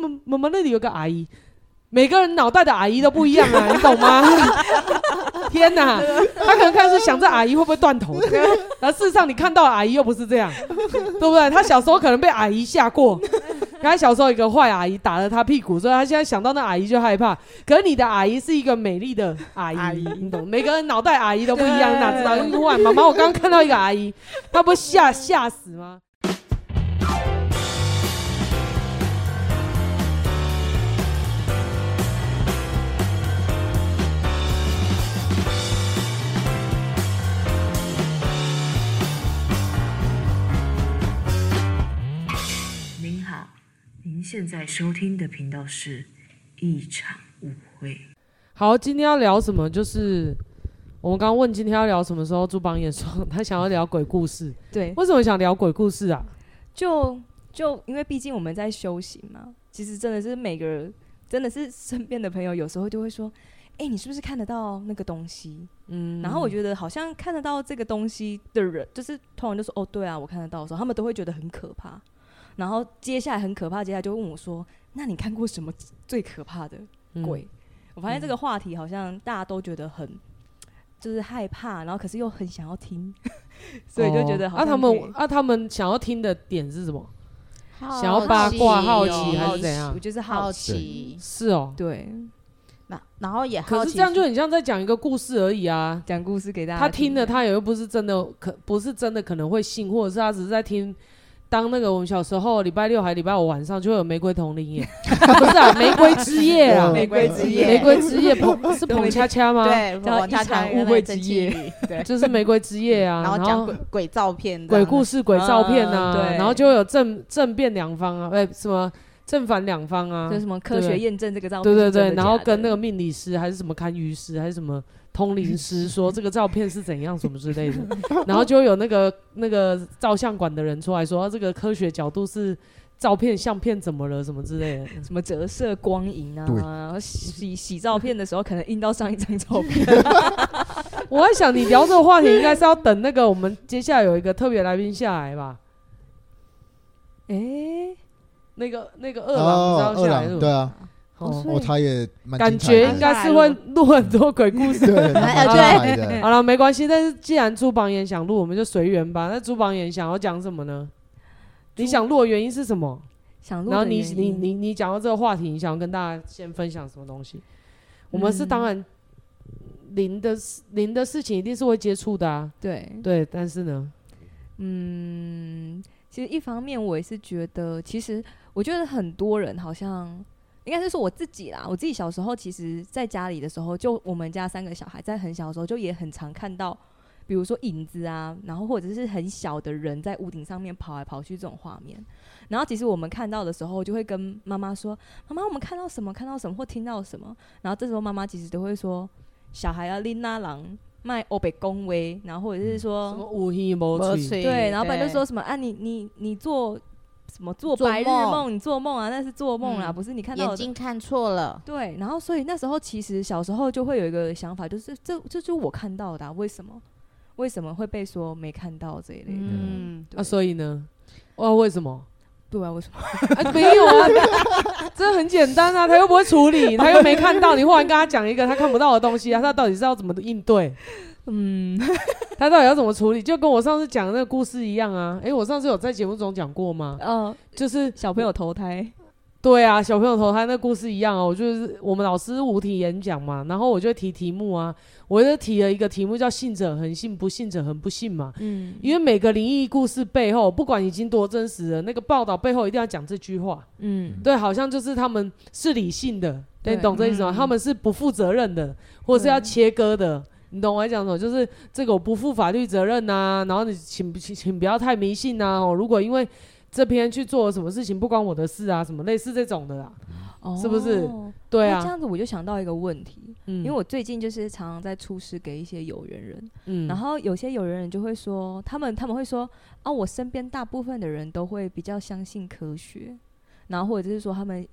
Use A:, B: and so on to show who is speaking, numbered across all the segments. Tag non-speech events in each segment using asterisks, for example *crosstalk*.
A: 们我们那里有个阿姨，每个人脑袋的阿姨都不一样啊，你懂
B: *laughs*
A: 吗？ *laughs* 天哪，他可能开始想这阿姨会不会断
B: *laughs*
A: 头的，然后事实上你看到的阿姨又不是这样，对不对？他小时候可能被阿姨吓过，他小时候有个坏阿姨打了他屁股，所以他现在想到那阿姨就害怕。可是你的阿姨是一个美丽的阿姨，
B: 阿姨
A: 你懂？每个人脑袋阿姨都不一样，哪知道？突然，妈妈，我刚看到一个阿姨，她不会吓吓死吗？
C: 您好，您现在收听的频道是《一场误会》。
A: 好，今天要聊什么？就是我们刚问今天要聊什么时候，朱榜也说他想要聊鬼故事。
B: *laughs* 对，
A: 为什么想聊鬼故事啊？
B: 就就因为毕竟我们在修行嘛，其实真的是每个人，真的是身边的朋友，有时候就会说，哎、你是不是看得到那个东西？
A: 嗯
B: 然后我觉得好像看得到这个东西的人，就是通常就说，哦，对啊，我看得到的时候，他们都会觉得很可怕。然后接下来很可怕，接下来就问我说，那你看过什么最可怕的
A: 得
B: 鬼？我发现
A: 嗯
B: 这个话题好像大家都觉得很。就是害怕，然后可是又很想要听， *laughs* 所以就觉得好
A: 啊，
B: 像
A: 他
B: 可以
A: 们啊，他们想要听的点是什么？
D: 想
A: 想
B: 哦
A: 要八卦、好
D: 好
A: 奇还
D: 哦
A: 是怎样
B: 我？就是好
D: 好
B: 奇，
D: 奇，
A: 是哦，
B: 对，
D: 那然后也好
A: 可
D: 奇
A: 是这样就很像在讲一个故事而已啊。
B: 讲故事给大家。
A: 他听了，，他也又不是真的，可不是真的可能会信，或者是他只是在听。当那个我们小时候礼拜六还礼拜五晚上就会有玫瑰同林夜， *laughs* 不是啊，玫瑰之夜
B: *laughs*
A: 啊，
B: 玫瑰之夜
A: 玫瑰之夜捧
B: *laughs*
A: 是捧恰恰吗？，
D: 对，
B: 叫
D: 往
B: 一
D: 他
B: 场
D: 讲
B: 误会之夜，
D: 对，
A: 就是玫瑰之夜 *laughs*
B: *laughs*
A: 啊，
D: 然后讲鬼鬼照片这
A: 鬼
D: 样，
A: 故
D: *laughs*
A: 事、鬼照片啊，
B: 嗯对
A: 然后就会有正正辩两方啊，哎、什么正反两方啊，
B: 就什么科学验证这个照片
A: 对
B: 是
A: 对
B: 真的假的，
A: 对，然后跟那个命理师还是什么堪舆师还是什么通灵
B: *laughs*
A: 师说这个照片是怎样什么之类的，然后就会有那个那个照相馆的人出来说、啊这个科学角度是照片相片怎么了什么之类的，
B: 什么折射光影啊，
E: 对
B: 然后洗洗照片的时候可能印到上一张照片，
A: *laughs* 我在想你聊这个话题应该是要等那个我们接下来有一个特别来宾下来吧，
B: 哎，
A: 那个那个二郎不
E: 二
A: 知道下来是
E: 郎
A: 吗
E: 对啊，
A: 哦
E: 哦，他也蛮
A: 感
E: 精彩的
A: 觉应该是会录很多鬼故
B: *laughs*
A: 事。
E: 对，
D: 哎
E: 蛮精
A: *laughs*
E: 彩的。
A: 好了，没关系。但是既然朱榜眼想录，我们就随缘吧。那朱榜眼想要讲什么呢？
B: 朱
A: 你想录的原因是什么？
B: 想录的
A: 然后你
B: 原因
A: 你你你讲到这个话题，你想要跟大家先分享什么东
B: 嗯
A: 西？我们是当然零的事零的事情一定是会接触的啊，
B: 对，
A: 对。但是呢，
B: 嗯，其实一方面我也是觉得，其实我觉得很多人好像。应该是说我自己啦，我自己小时候其实在家里的时候，就我们家三个小孩在很小的时候就也很常看到，比如说影子啊，然后或者是很小的人在屋顶上面跑来跑去这种画面。然后其实我们看到的时候，就会跟妈妈说：“妈妈，我们看到什么？看到什么？或听到什么？”然后这时候妈妈其实都会说：“小孩要拎那郎卖欧北恭维，然后或者是说
A: 什么五黑魔
D: 没
A: 吹，
D: 吹
B: 对，然后本就说什么啊，你你你做什么做
D: 做
B: 白日
D: 梦
B: 梦，你做梦啊，那是做梦啦，
D: 嗯
B: 不是你看到
D: 眼
B: 的。
D: 睛看错了，
B: 对，然后所以那时候其实小时候就会有一个想法，就是这这就是我看到的、啊，为什么为什么会被说没看到这一类的？
D: 嗯，
B: 对
A: 啊，所以呢，哦，为什么？
B: 对啊，为什么？
A: 啊，没有啊， *laughs* 这很简单啊，他又不会处理，他又没看到，你忽然跟他讲一个他看不到的东西啊，他到底是要怎么应对？
B: 嗯，
A: 他到底要怎么处理？就跟我上次讲的那个故事一样啊。诶，我上次有在节目中讲过吗？
B: 呃，
A: 就是
B: 小朋友投胎，
A: 对啊，小朋友投胎那故事一样啊。我就是我们老师五题演讲嘛，然后我就提题目啊，我就提了一个题目叫“信者恒信，不信者恒不信”嘛。
B: 嗯
A: 因为每个灵异故事背后，不管已经多真实了，那个报道背后一定要讲这句话。
B: 嗯，
A: 对，好像就是他们是理性的，对你
B: 对嗯
A: 懂这意思吗？他们是不负责任的，或者是要切割的。你懂我在讲什么？就是这个我不负法律责任呐、然后你请不请请不要太迷信呐、哦，如果因为这篇去做了什么事情不关我的事啊，什么类似这种的啦。
B: 哦
A: 是不是？对
B: 那这
A: 啊，
B: 样子我就想到一个问题，
A: 嗯，
B: 因为我最近就是常常在出事给一些有缘人，
A: 嗯，
B: 然后有些有人就会说，他们他们会说啊，我身边大部分的人都会比较相信科学，然后或者是说他们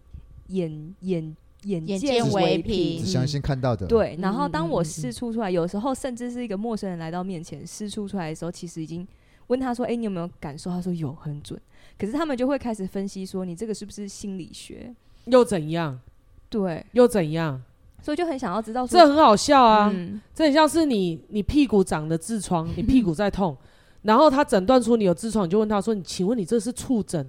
B: 眼眼眼
D: 眼
B: 见
D: 见
B: 为
D: 为凭
E: 只相信看到
B: 嗯
E: 的，，
B: 对，
A: 嗯
B: 然后
A: 嗯
B: 当
A: 嗯
B: 我
A: 嗯
B: 试出出来，有时候甚至是一个陌生人来到面前试出出来的时候，其实已经问他说：“哎、你有没有感受？”他说：“有，很准。”可是他们就会开始分析说：“你这个是不是心理学？
A: 又怎样？
B: 对，
A: 又怎样？
B: 所以就很想要知道说
A: 这很好笑啊！
B: 嗯
A: 这很像是你你屁股长的痔
B: *laughs*
A: 疮，你屁股在痛，然后他诊断出你有痔疮，你就问他说：“你请问你这是触诊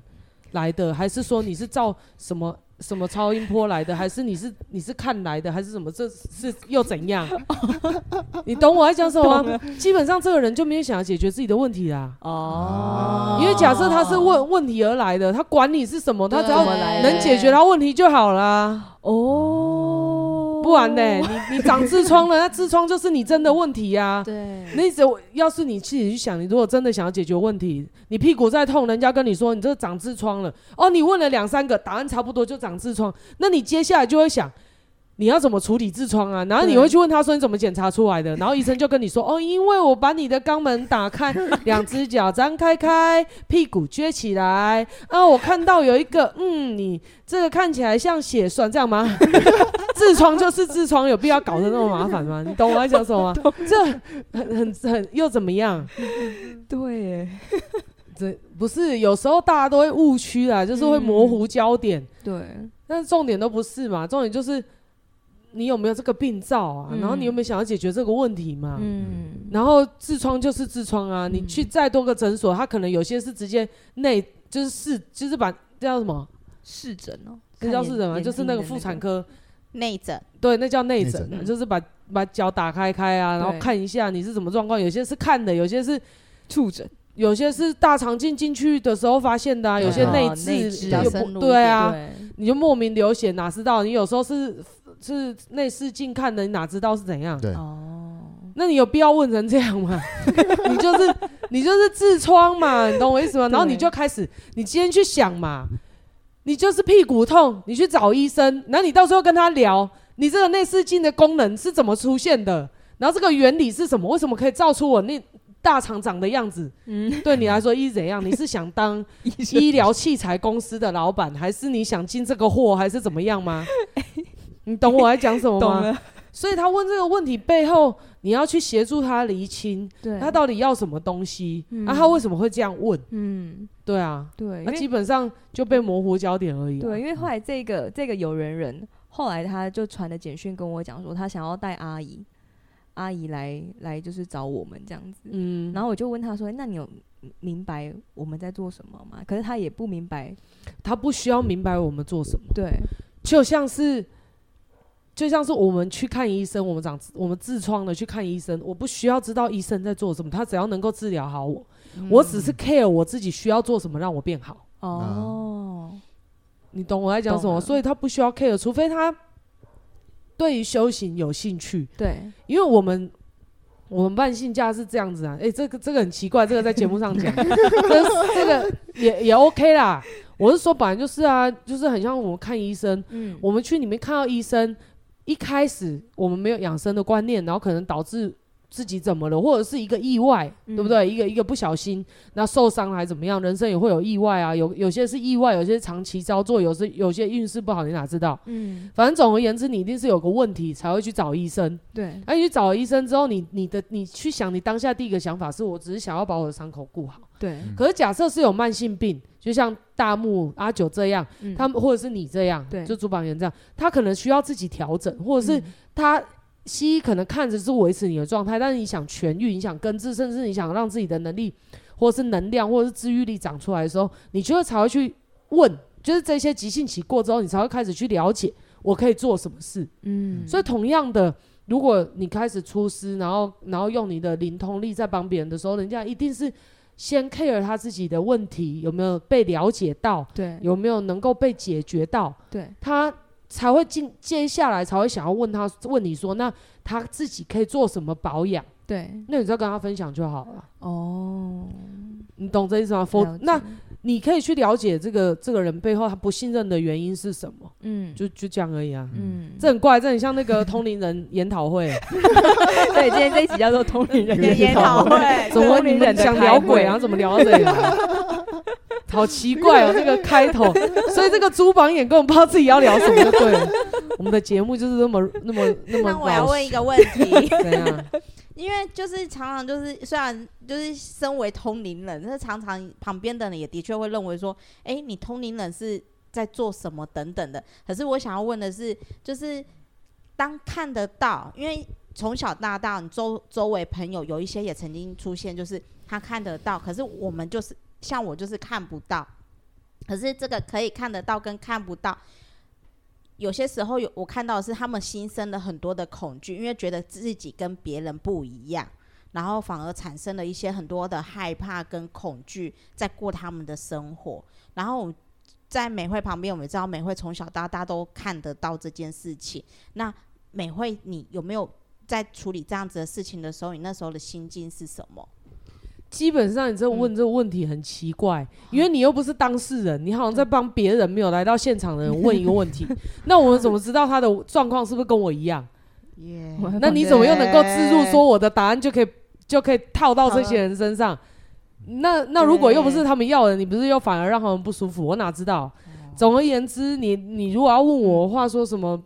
A: 来的，还是说你是照什么什么超音波来的，还是你是你是看来的，还是什么？这是又怎
B: *laughs*
A: 样？你懂我在讲什么吗？基本上这个人就没有想要解决自己的问题啦。嗯
B: 哦，
A: 因为假设他是问问题而来的，他管你是什么，他只要
B: 怎么来的
A: 能解决他问题就好啦。
B: 哦，
A: 不然呢？你你长痔疮了，那痔疮就是你真的问题呀、啊。
B: 对，
A: 那只要是你自己去想，你如果真的想要解决问题，你屁股在痛，人家跟你说你这长痔疮了，哦，你问了两三个，答案差不多就长痔疮，那你接下来就会想。你要怎么处理痔疮啊？然后你会去问他说你怎么检查出来的？然后医生就跟你说哦，因为我把你的肛门打开，两只脚张开开，屁股撅起来啊，我看到有一个，嗯，你这个看起来像血栓，这样吗？ *laughs* 痔疮就是痔疮，有必要搞得那么麻烦吗？你懂我在讲什么吗？这很很很又怎么样？
B: 对耶，
A: 这不是有时候大家都会误区啦，就是会模糊焦点，
B: 对，
A: 但是重点都不是嘛，重点就是你有没有这个病灶啊，
B: 嗯
A: 然后你有没有想要解决这个问题嘛？
B: 嗯，
A: 然后痔疮就是痔疮啊，你去再多个诊所，他可能有些是直接内就是是就是把这叫什么？
B: 视诊哦，
A: 这叫是什么？
B: 看眼
A: 就是那个妇产，科，
D: 内诊，
A: 对，那叫内
E: 内
A: 诊啊，
B: 诊
A: 就是把把脚打开开啊，然后
B: 对
A: 看一下你是什么状况。有些是看的，有些是
B: 触诊，
A: 有些是大肠镜进去的时候发现的、啊，
E: 对
A: 有些
E: 哦
A: 内
D: 内
A: 痔
D: 痔
A: 又
D: 比较
A: 不
D: 深入一
A: 对啊，
B: 对，
A: 你就莫名流血，哪知道？你有时候是是内视镜看的，你哪知道是怎样？
E: 对
B: 哦，
A: 那你有必要问成这样吗？ *laughs* 你就是你就是痔疮嘛，你懂我意思吗？然后你
B: 对
A: 就开始，你今天去想嘛，你就是屁股痛，你去找医生，然后你到时候跟他聊，你这个内视镜的功能是怎么出现的，然后这个原理是什么？为什么可以照出我那大肠长的样子？
B: 嗯，
A: 对你来说一怎样？你是想当
B: *laughs*
A: 医疗器材公司的老板，还是你想进这个货，还是怎么样
B: *laughs*
A: 吗？你懂我在讲什么
B: 懂
A: 吗？
B: 了，
A: 所以他问这个问题背后，你要去协助他厘清
B: 对，
A: 他到底要什么东西，
B: 嗯
A: 啊，他为什么会这样问？
B: 嗯，
A: 对啊，
B: 对，因
A: 那
B: 为
A: 基本上就被模糊焦点而已啊、
B: 对，因为后来这个这个有人人后来他就传了简讯跟我讲说，他想要带阿姨，阿姨来来就是找我们这样子。
A: 嗯，
B: 然后我就问他说：“那你有明白我们在做什么吗？”可是他也不明白。
A: 他不需要明白我们做什么，
B: 对，
A: 就像是。就像是我们去看医生，我们长我们痔疮了去看医生，我不需要知道医生在做什么，他只要能够治疗好我，
B: 嗯
A: 我只是 care 我自己需要做什么让我变好。
B: 哦，
A: 你懂我在讲什
B: 懂
A: 么，
B: 了
A: 所以他不需要 care，除非他对于修行有兴趣。
B: 对，
A: 因为我们我们办信假是这样子啊，诶，这个这个很奇怪，这个在节目上
B: *laughs*
A: 讲，这这个也也 OK 啦。我是说，本来就是啊，就是很像我们看医生，
B: 嗯，
A: 我们去里面看到医生，一开始我们没有养生的观念，然后可能导致自己怎么了，或者是一个意外，
B: 嗯
A: 对不对？一个一个不小心，那受伤了还怎么样？人生也会有意外啊，有有些是意外，有些长期遭作，有时有些运势不好，你哪知道？
B: 嗯，
A: 反正总而言之，你一定是有个问题才会去找医生。
B: 对，
A: 哎那、你去找了医生之后，你你的你去想，你当下第一个想法是我只是想要把我的伤口顾好。
B: 对，
A: 可是假设是有慢性病，就像大木阿九这样，
B: 嗯
A: 他们或者是你这样，
B: 对
A: 就主榜员这样，他可能需要自己调整，或者是
B: 嗯
A: 他西医可能看着是维持你的状态，但是你想痊愈，你想根治，甚至你想让自己的能力，或者是能量，或者是治愈力长出来的时候，你就会才会去问，就是这些急性期过之后，你才会开始去了解我可以做什么事。
B: 嗯，
A: 所以同样的，如果你开始出师，然后然后用你的灵通力在帮别人的时候，人家一定是先 care 他自己的问题有没有被了解到，
B: 对，
A: 有没有能够被解决到，
B: 对，
A: 他才会进接下来才会想要问他问你说，那他自己可以做什么保养？
B: 对，
A: 那你再跟他分享就好了。
B: 哦，
A: 你懂这意思吗？否
B: 了，解
A: 那你可以去了解这个这个人背后他不信任的原因是什么，
B: 嗯，
A: 就就这样而已啊。
B: 嗯，
A: 这很怪，这很像那个通灵人研讨会。啊
B: 对，今天这一集叫做通灵人
D: 研研讨
A: *laughs*
D: 会，
A: 怎么
B: 通
A: 你
B: 灵
A: 们
B: 人的
A: 想
B: 开
A: 聊
B: 会
A: 鬼啊？怎么聊到这里来、 *laughs* 好奇怪哦，这个开头。所以这个朱榜眼根本不知道自己要聊什么，就对 *laughs* 了。我们的节目就是那么那么那么
D: 那我要
A: 老实
D: 问一个问
A: *laughs*
D: 题，
A: 怎样？
D: 因为就是常常就是虽然就是身为通灵人，但是常常旁边的人也的确会认为说，哎、你通灵人是在做什么等等的。可是我想要问的是，就是当看得到，因为从小到大，你周周围朋友有一些也曾经出现，就是他看得到，可是我们就是像我就是看不到。可是这个可以看得到跟看不到，有些时候有我看到的是他们心生了很多的恐惧，因为觉得自己跟别人不一样，然后反而产生了一些很多的害怕跟恐惧，在过他们的生活。然后我们在美惠旁边，我们知道美惠从小到大都看得到这件事情。那美惠，你有没有在处理这样子的事情的时候，你那时候的心境是什么？
A: 基本上你这问这个问题很奇怪，因为你又不是当事人，你好像在帮别人没有来到现场的人问一个问 *laughs* 题。那我们怎么知道他的状况是不是跟我一样？
D: 耶
B: *laughs* 嗯
A: 那你怎么又能够自入说我的答案就可以就可以套到这些人身上？那那如果又不是他们要的，你不是又反而让他们不舒服？我哪知道？总而言之，你你如果要问我的话，说什么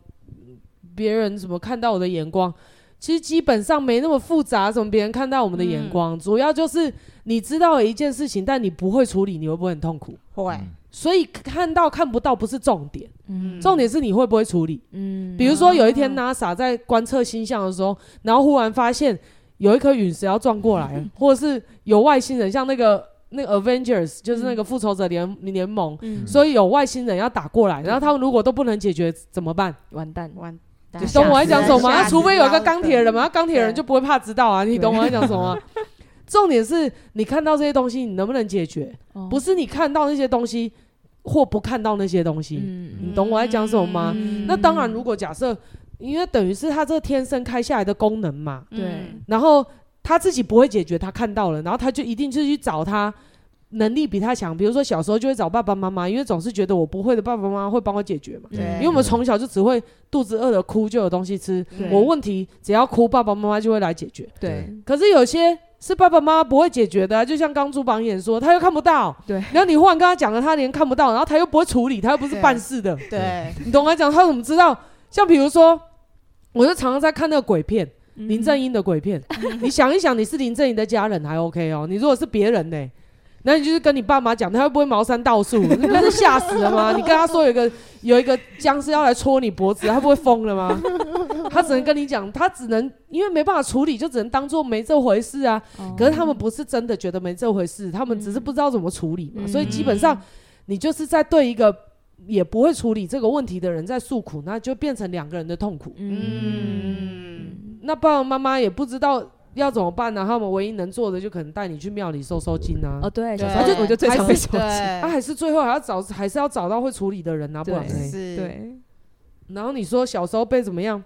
A: 别人怎么看到我的眼光，其实基本上没那么复杂。怎么别人看到我们的眼光，主要就是你知道了一件事情，但你不会处理，你会不会很痛苦？
D: 会，
A: 所以看到看不到不是重点，
B: 嗯
A: 重点是你会不会处理。
B: 嗯
A: 比如说有一天 NASA 在观测星象的时候，然后忽然发现有一颗陨石要撞过
D: *laughs*
A: 来，或者是有外星人，像那个那个 Avengers，就是
D: 嗯
A: 那个复仇者联联盟，
B: 嗯
A: 所以有外星人要打过
D: 嗯
A: 来，然后他们如果都不能解决怎么办？
B: 完蛋，
D: 完
B: 就
A: 懂我在讲什么吗？
D: 吓
A: 那
D: 死
A: 除非有一个
D: 人
A: 钢铁人嘛，那钢铁人
D: 对
A: 就不会怕知道啊，你
B: 对
A: 懂我在讲什么吗？重点是你看到这些东西，你能不能解决？
B: 哦
A: 不是你看到那些东西或不看到那些东西，
B: 嗯
A: 你懂我在讲什么吗？
B: 嗯
A: 那当然，如果假设，因为等于是他这天生开下来的功能嘛，
B: 对
D: 嗯
A: 然后他自己不会解决，他看到了，然后他就一定就去找他能力比他强，比如说小时候就会找爸爸妈妈，因为总是觉得我不会的爸爸妈妈会帮我解决嘛，
E: 对
A: 因为我们从小就只会肚子饿了哭就有东西吃，
B: 对
A: 我问题只要哭，爸爸妈妈就会来解决。
B: 对
A: 可是有些是爸爸妈妈不会解决的啊、就像刚朱榜眼说，他又看不到，
B: 对
A: 然后你忽然跟他讲了，他连看不到，然后他又不会处理，他又不是
D: 对
A: 办事的，
D: 对，
A: 你懂我在讲？他怎么知道？像比如说，我就常常在看那个鬼片，
B: 嗯
A: 林正英的鬼片。你想一想，你是林正英的家人还 OK 哦，你如果是别人呢、那你就是跟你爸妈讲，他会不会茅山道术？你不是吓死了吗？你跟他说有一个有一个僵尸要来戳你脖子，他不会疯了吗？他只能跟你讲，他只能因为没办法处理，就只能当做没这回事啊。可是他们不是真的觉得没这回事，他们只是不知道怎么处理嘛。
B: 嗯
A: 所以基本上，你就是在对一个也不会处理这个问题的人在诉苦，那就变成两个人的痛苦。
D: 嗯
B: 嗯
A: 那爸爸妈妈也不知道要怎么办呢、他们唯一能做的就可能带你去庙里收收金啊。
B: 哦对，
D: 对
B: 小时候我就最常被 *laughs*
D: 嗯
B: 手机，
A: 他、 *laughs*
D: 对，
A: 还是最后还要找，还是要找到会处理的人啊，不然
B: 对嗯
A: 嘞
D: 是，
B: 对
A: 然后你说小时候被怎么样？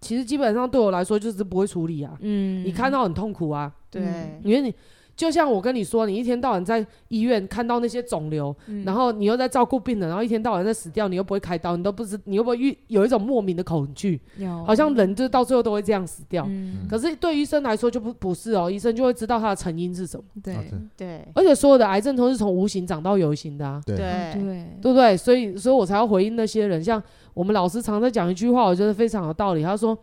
A: 其实基本上对我来说就是不会处理啊，
B: 嗯
A: 你看到很痛苦啊。
D: 对，
A: 因为你就像我跟你说，你一天到晚在医院看到那些肿瘤，
B: 嗯
A: 然后你又在照顾病人，然后一天到晚在死掉，你又不会开刀，你都不知你又不会遇有一种莫名的恐惧，
B: 有
A: 好像人就到最后都会这样死掉。
B: 嗯
A: 可是对医生来说就不不是哦，医生就会知道它的成因是什么，
B: 对
E: 好的
D: 对，
A: 而且所有的癌症都是从无形长到有形的啊，
B: 对
D: 嗯对，
A: 对不对？所以，所以我才要回应那些人，像我们老师常在讲一句话，我觉得非常有道理。他说，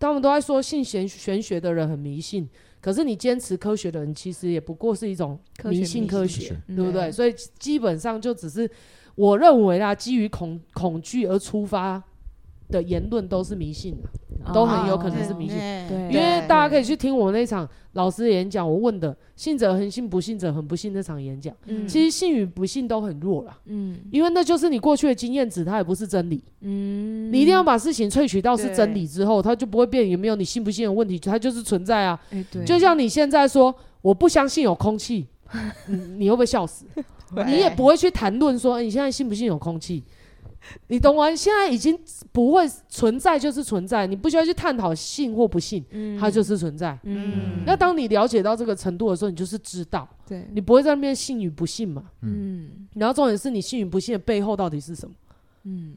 A: 他们都在说信玄玄学的人很迷信，可是你坚持科学的人，其实也不过是一种
B: 科学
A: 迷信
B: 迷
A: 科
E: 信
A: 学，
E: 是
A: 对不对？
B: 嗯
A: 所以基本上就只是我认为啦，基于恐恐惧而出发的言论都是迷信的。都很有可能是迷信
B: 哦
D: 哦
B: 对
A: 因为大家可
B: 以
A: 以去听我们那场老师的演讲，我问的“信者恒信，不信者很不信”那场演讲，其实信与不信都很弱啦，
B: 嗯
A: 因为那就是你过去的经验值，它也不是真理。
B: 嗯
A: 你一定要把事情萃取到是真理
D: 对
A: 之后，它就不会变，也没有你信不信的问题，它就是存在啊。
B: 哎对，
A: 就像你现在说，我不相信有空气，你你会不会笑
B: *laughs*
A: 死？你也不会去谈论说、哎你现在信不信有空气，你懂吗？现在已经不会存在就是存在，你不需要去探讨信或不信，它就是存在。
B: 嗯
A: 那当你了解到这个程度的时候，你就是知道，
B: 对
A: 你不会在那边信与不信嘛。
B: 嗯
A: 然后重点是你信与不信的背后到底是什么
B: 嗯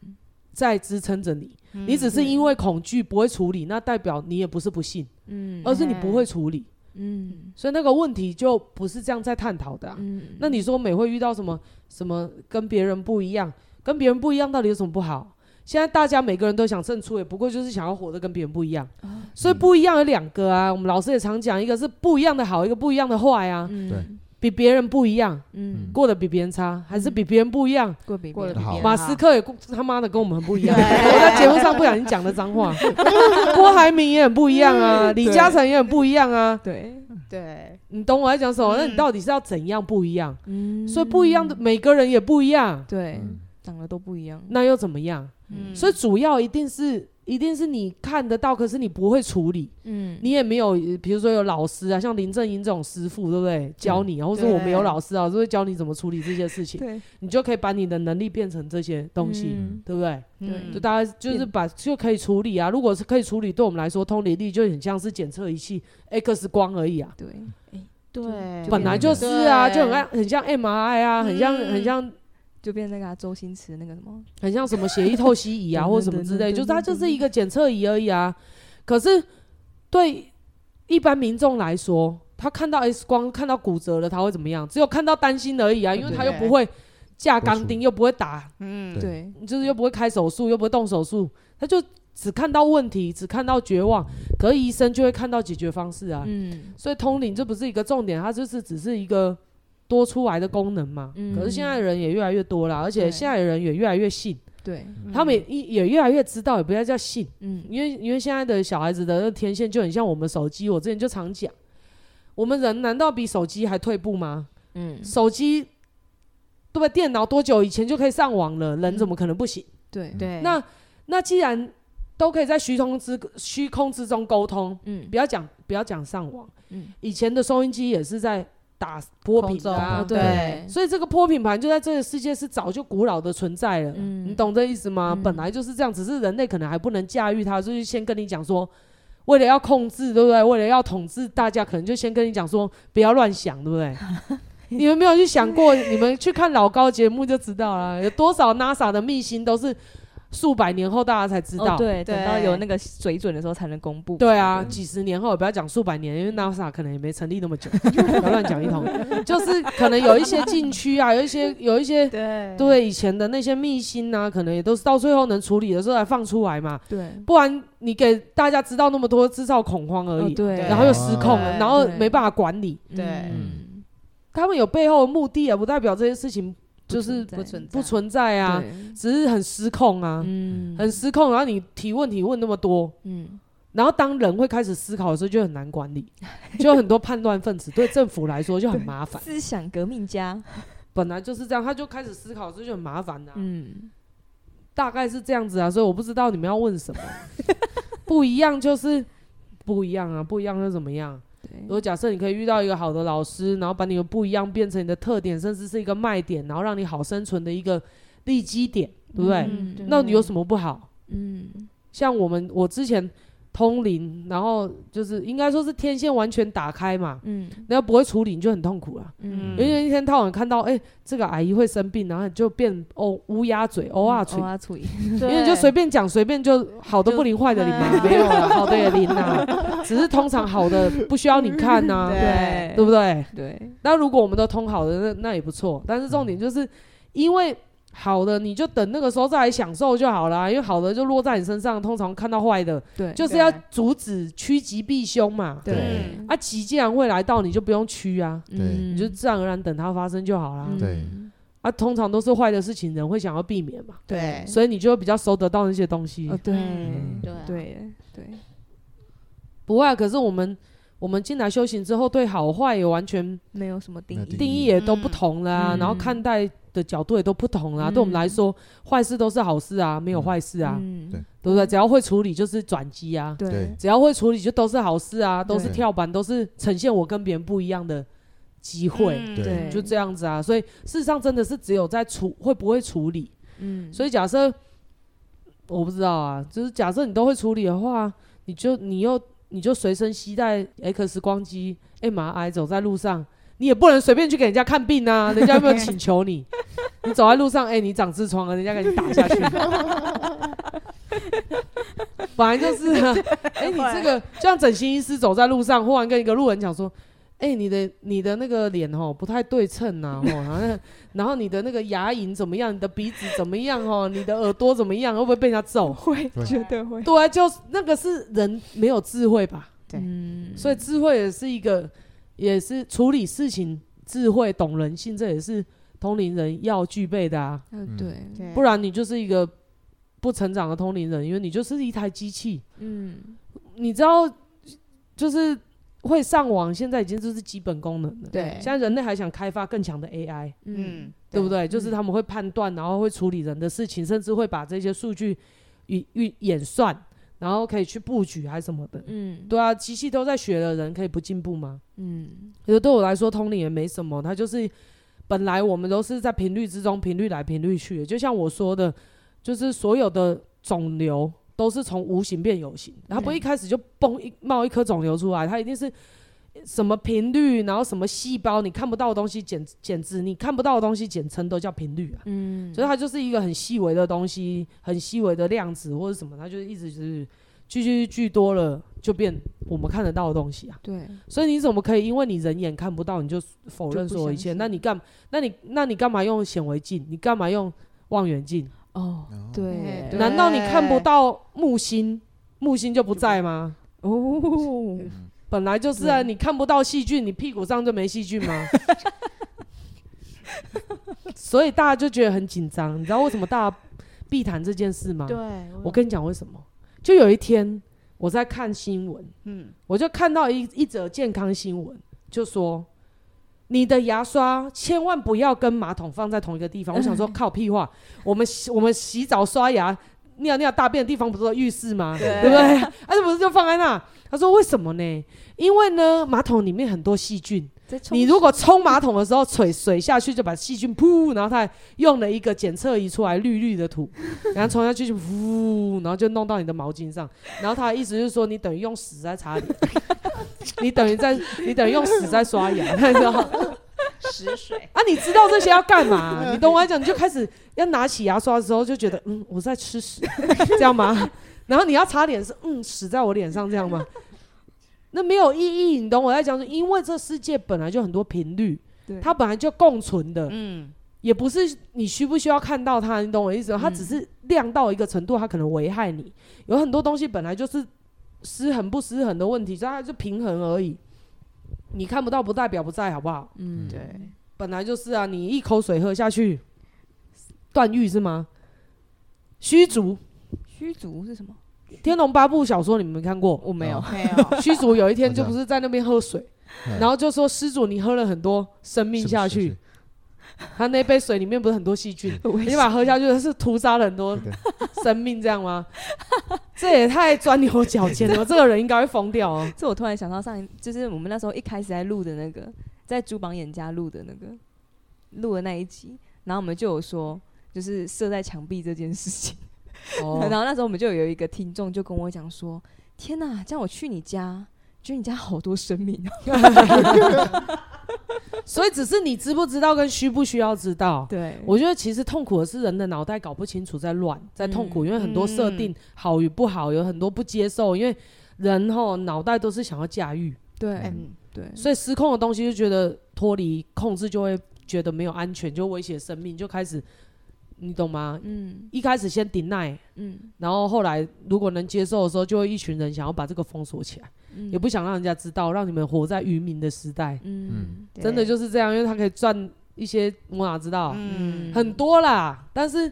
A: 在支撑着你？你只是因为恐惧不会处理，那代表你也不是不信，
B: 嗯
A: 而是你不会处理。
B: 嗯
A: 所以那个问题就不是这样在探讨的啊、
B: 嗯
A: 那你说美会遇到什么什么跟别人不一样，跟别人不一样到底有什么不好？现在大家每个人都想胜出，也不过就是想要活得跟别人不一样，
B: 哦
A: 所以不一样有两个啊。我们老师也常讲，一个是不一样的好，一个不一样的坏啊。
B: 嗯
A: 比别人不一样，
B: 嗯，
A: 过得比别人差，还是比别人不一样？
B: 过比
D: 过得
B: 别人
D: 比
E: 好
D: 别人
A: 马
D: 好
A: 斯克也过他妈的跟我们很不一样，
D: 对
A: 我在节目上不小心讲了脏话，郭台铭也很不一样
B: 嗯
A: 啊，李嘉诚也很不一样啊，
B: 对，
D: 对，
A: 你懂我在讲什么？那你
D: 嗯
A: 到底是要怎样不一样？
B: 嗯
A: 所以不一样的每个人也不一样，
B: 对
E: 嗯
B: 长得都不一样，
A: 那又怎么样？
D: 嗯
A: 所以主要一定是一定是你看得到，可是你不会处理，
B: 嗯，
A: 你也没有，呃比如说有老师啊，像林正英这种师傅，对不对？教你啊，或者说我们有老师啊，就会教你怎么处理这些事情，
B: 对
A: 你就可以把你的能力变成这些东西，
B: 嗯
A: 对不对？
D: 嗯
A: 就大家就是把就可以处理啊。如果是可以处理，对我们来说，通灵力就很像是检测仪器 X 光而已啊，
B: 对，
D: 对，
A: 本来就是啊，
D: 对
A: 就很像很像 MRI 啊，很像
D: 嗯
A: 很像
B: 就变那个啊周星驰那个什么，
A: 很像什么血液透析仪啊，
B: *laughs* 对
A: 或什么之类，
B: 对对对
A: 就是它就是一个检测仪而已啊。可是对一般民众来说，他看到 X 光看到骨折了，他会怎么样？只有看到担心而已啊，因为他又
D: 对
A: 不会架钢钉，又不会打
D: 嗯
E: 对
B: 对，
A: 就是又不会开手术，又不会动手术，他就只看到问题，只看到绝望。可是医生就会看到解决方式啊。
B: 嗯
A: 所以通灵这不是一个重点，它就是只是一个多出来的功能嘛。
B: 嗯
A: 可是现在的人也越来越多啦，而且
B: 对嗯
A: 现在的人也越来越信，
B: 对，
D: 嗯
A: 他们也也越来越知道，也不要叫信，
B: 嗯
A: 因为因为现在的小孩子的那个天线就很像我们手机。我之前就常讲，我们人难道比手机还退步吗？
B: 嗯
A: 手机。对不对？电脑多久以前就可以上网了？人怎么可能不行？
B: 对，
D: 嗯对，
A: 那那既然都可以在虚空之虚空之中沟通，
B: 嗯
A: 不要讲不要讲上网，
B: 嗯
A: 以前的收音机也是在打波
D: 空
A: 频的、
D: 中
A: 啊
D: 啊，
B: 哦对，
A: 所以这个波频盘就在这个世界是早就古老的存在了，
B: 嗯
A: 你懂这意思吗？
B: 嗯
A: 本来就是这样，只是人类可能还不能驾驭它，所以先跟你讲说。为了要控制，对不对？为了要统治大家，可能就先跟你讲说，不要乱想，对不
B: *laughs*
A: 对？你们没有去想过，你们去看老高节目就知道了，有多少 NASA 的秘辛都是数百年后大家才知道。
B: 哦对，等到
D: 对
B: 有那个水准的时候才能公布，
A: 对啊，几十年后不要讲数百年，因为 NASA 可能也没成立那么久，不要乱讲一通。就是可能有一些禁区啊，有一些有一些
D: 对
A: 对以前的那些秘辛啊，可能也都是到最后能处理的时候才放出来嘛，
B: 对，
A: 不然你给大家知道那么多，制造恐慌而
B: 哦
A: 已，
B: 对，
A: 然后又失控了，
D: 对
A: 然后
B: 对
A: 没办法管理。
D: 对
B: 嗯
A: 他们有背后的目的啊，不代表这些事情就是
B: 不
D: 不存
A: 不
D: 在
A: 存在啊，
B: 对
A: 只是很失控啊，
B: 嗯
A: 很失控。然后你提问提问那么多，
B: 嗯
A: 然后当人会开始思考的时候，就很难管理， *laughs* 就很多叛乱分子对政府来说就很麻烦。
B: 思想革命家，
A: 本来就是这样，他就开始思考，这就很麻烦的啊、
B: 嗯
A: 大概是这样子啊，所以我不知道你们要问
B: *laughs*
A: 什么，不一样就是不一样啊，不一样又怎么样？
B: 对
A: 如果假设你可以遇到一个好的老师，然后把你的不一样变成你的特点，甚至是一个卖点，然后让你好生存的一个利基点，对不对？
B: 嗯对
A: 哎那你有什么不好？
B: 嗯
A: 像我们我之前通灵，然后就是应该说是天线完全打开嘛，
B: 嗯
A: 那不会处理你就很痛苦啊。因
B: 嗯
A: 为一天到晚看到，哎、这个阿姨会生病，然后你就变哦乌鸦嘴、欧啊嘴，
B: 啊嘴，
A: 因为你就随便讲，随便就好的不灵，坏的灵嘛，
D: 对
A: *laughs* 没有了，好的也灵啊， *laughs* 只是通常好的不需要你看呐、
D: 对
A: *laughs*
B: 对
A: 对不对？
B: 对，
A: 那如果我们都通好的，那那也不错。但是重点就是，因为好的你就等那个时候再来享受就好啦，因为好的就落在你身上，通常看到坏的，
B: 对啊
A: 就是要阻止趋吉避凶嘛。
B: 对
D: 嗯
A: 啊，吉既然会来到，你就不用趋啊。
B: 嗯
A: 你就自然而然等它发生就好啦。
E: 对
B: 嗯
A: 啊，通常都是坏的事情，人会想要避免嘛，
D: 对
A: 所以你就会比较收得到那些东西。
B: 哦对
E: 嗯
D: 对啊
B: 对对
A: 不会、啊，可是我们我们进来修行之后，对好坏也完全
B: 没有什么定
E: 没有
B: 义，
E: 定
A: 定义也都不同啦、
B: 嗯
A: 然后看待的角度也都不同啦。
B: 嗯
A: 对我们来说，坏事都是好事啊，没有坏事啊，
B: 嗯
E: 对
A: 对不对？只要会处理就是转机啊。
B: 对
E: 对
A: 只要会处理，就都是好事啊，都是
E: 对
A: 跳板，都是呈现我跟别人不一样的机会，
B: 嗯
E: 对
A: 就这样子啊。所以事实上真的是只有在处会不会处理，
B: 嗯，
A: 所以假设我不知道啊，就是假设你都会处理的话，你就你又你就随身携带 X 光机、MRI 走在路上，你也不能随便去给人家看病啊，人家有没有请求你？ *laughs* 你走在路上，哎、你长痔疮了，人家给你打下去。 *laughs* 本来就是啊，哎、你这个就像整形医师走在路上，忽然跟一个路人讲说。哎、你的你的那个脸哦不太对称呐、啊，吼，然后那然后你的那个牙龈怎么样？你的鼻子怎么
B: *laughs*
A: 样？哦，你的耳朵怎么样？会不会被人家揍？
B: 会
E: 对
B: 绝对会，
A: 对啊，就是那个是人没有智慧吧？
D: 对
B: 嗯
A: 所以智慧也是一个，也是处理事情智慧、懂人性，这也是通灵人要具备的啊。
B: 嗯，对，
A: 不然你就是一个不成长的通灵人，因为你就是一台机器。
B: 嗯，
A: 你知道，就是会上网，现在已经就是基本功能了。
B: 对
A: 现在人类还想开发更强的 AI，
B: 嗯，
A: 对不对？就是他们会判断，然后会处理人的事情，甚至会把这些数据与与演算，然后可以去布局还是什么的。
B: 嗯，
A: 对啊，机器都在学了，人可以不进步吗？
B: 嗯，
A: 其实对我来说，通灵也没什么，它就是本来我们都是在频率之中，频率来频率去的。就像我说的，就是所有的肿瘤都是从无形变有形，它不会一开始就蹦一冒一颗肿瘤出来，它一定是什么频率，然后什么细胞你看不到的东西，简简直你看不到的东西，简称都叫频率啊。
B: 嗯，
A: 所以它就是一个很细微的东西，很细微的量子或者什么，它就是一直就是聚聚聚多了，就变我们看得到的东西啊。
B: 对，
A: 所以你怎么可以因为你人眼看不到你就否认
B: 就不
A: 所有一
B: 相
A: 切？
B: 信
A: 那你干？那你那你干嘛用显微镜？你干嘛用望远镜？
B: 哦，对，
D: 对
A: 难道你看不到木星？木星就不在吗？
B: 哦，
A: 本来就是啊，
B: 对
A: 你看不到细菌，你屁股上就没细菌
B: *laughs*
A: 吗？所以大家就觉得很紧张，你知道为什么大家避谈这件
B: 啊
A: 事吗？
D: 对，
A: 我跟你讲为什么？就有一天我在看新闻，
D: 嗯
A: 我就看到一一则健康新闻，就说你的牙刷千万不要跟马桶放在同一个地方。我想说靠屁话，我们洗我们洗澡、刷牙、尿尿、大便的地方不是都浴室
D: *laughs*
A: 吗？对不对？而且不是就放在那？他说为什么呢？因为呢，马桶里面很多细菌，
B: 在冲
A: 你如果冲马桶的时候，水水下去就把细菌噗，然后他还用了一个检测仪出来绿绿的土，然后冲下去就噗，然后就弄到你的毛巾上，然后他的意思就是说你等于用屎在擦脸，你等于在你等于用屎在刷牙，你知道吗？
D: 食水，
A: 啊，你知道这些要干嘛？你懂我在讲，你就开始要拿起牙刷的时候就觉得，嗯，我在吃屎，这样吗？然后你要擦脸是，嗯，屎在我脸上，这样吗？那没有意义，你懂我在讲什么？因为这世界本来就很多频率
B: 对，
A: 它本来就共存的，
D: 嗯，
A: 也不是你需不需要看到它，你懂我意
B: 嗯
A: 思吗？它只是亮到一个程度，它可能危害你。有很多东西本来就是失衡不失衡的问题，所以它就平衡而已。你看不到不代表不在，好不好？*laughs*
B: 嗯，
D: 对，
A: 本来就是啊，你一口水喝下去，段誉是吗？虚竹，
B: 虚竹是什么？
A: 《天龙八部》小说你们没看过？
B: 我没有，
D: 没有，
E: 嗯
A: 虚竹有一天
E: 我
A: 就
E: 知道
A: 不是在那边喝水，
E: 嗯
A: 然后就说施主你喝了很多生命下去，，他那杯水里面不是很多细
E: *laughs*
A: 菌，
B: 我
A: 你把它喝下去是屠杀了很多
E: 对
A: 生命，这样吗？ *laughs* 这也太钻牛角尖
E: *laughs*
A: 了，这个人应该会疯掉哦。
B: *laughs* 这我突然想到上一，就是我们那时候一开始在录的那个，在珠榜演家录的那个，录的那一集，然后我们就有说，就是射在墙壁这件事 *laughs* 情。然后那时候我们就有一个听众就跟我讲说：“天哪，这样我去你家，觉得你家好多生命哦。
A: 所以只是你知不知道跟需不需要知道”。
B: 对
A: 我觉得其实痛苦的是人的脑袋搞不清楚，在乱，在痛
E: 嗯
A: 苦，因为很多设定好与不好，有很多不接受，因为人吼脑袋都是想要驾驭，
B: 对
D: 嗯，
B: 对，
A: 所以失控的东西就觉得脱离控制，就会觉得没有安全，就威胁生命，就开始，你懂吗？
B: 嗯
A: 一开始先 deny，
B: 嗯
A: 然后后来如果能接受的时候，就会一群人想要把这个封锁起来，
B: 嗯
A: 也不想让人家知道，让你们活在愚民的时代，
B: 嗯
A: *laughs* 真的就是这样，因为他可以赚一些，我哪知道啊、
D: 嗯，
A: 很多啦，但是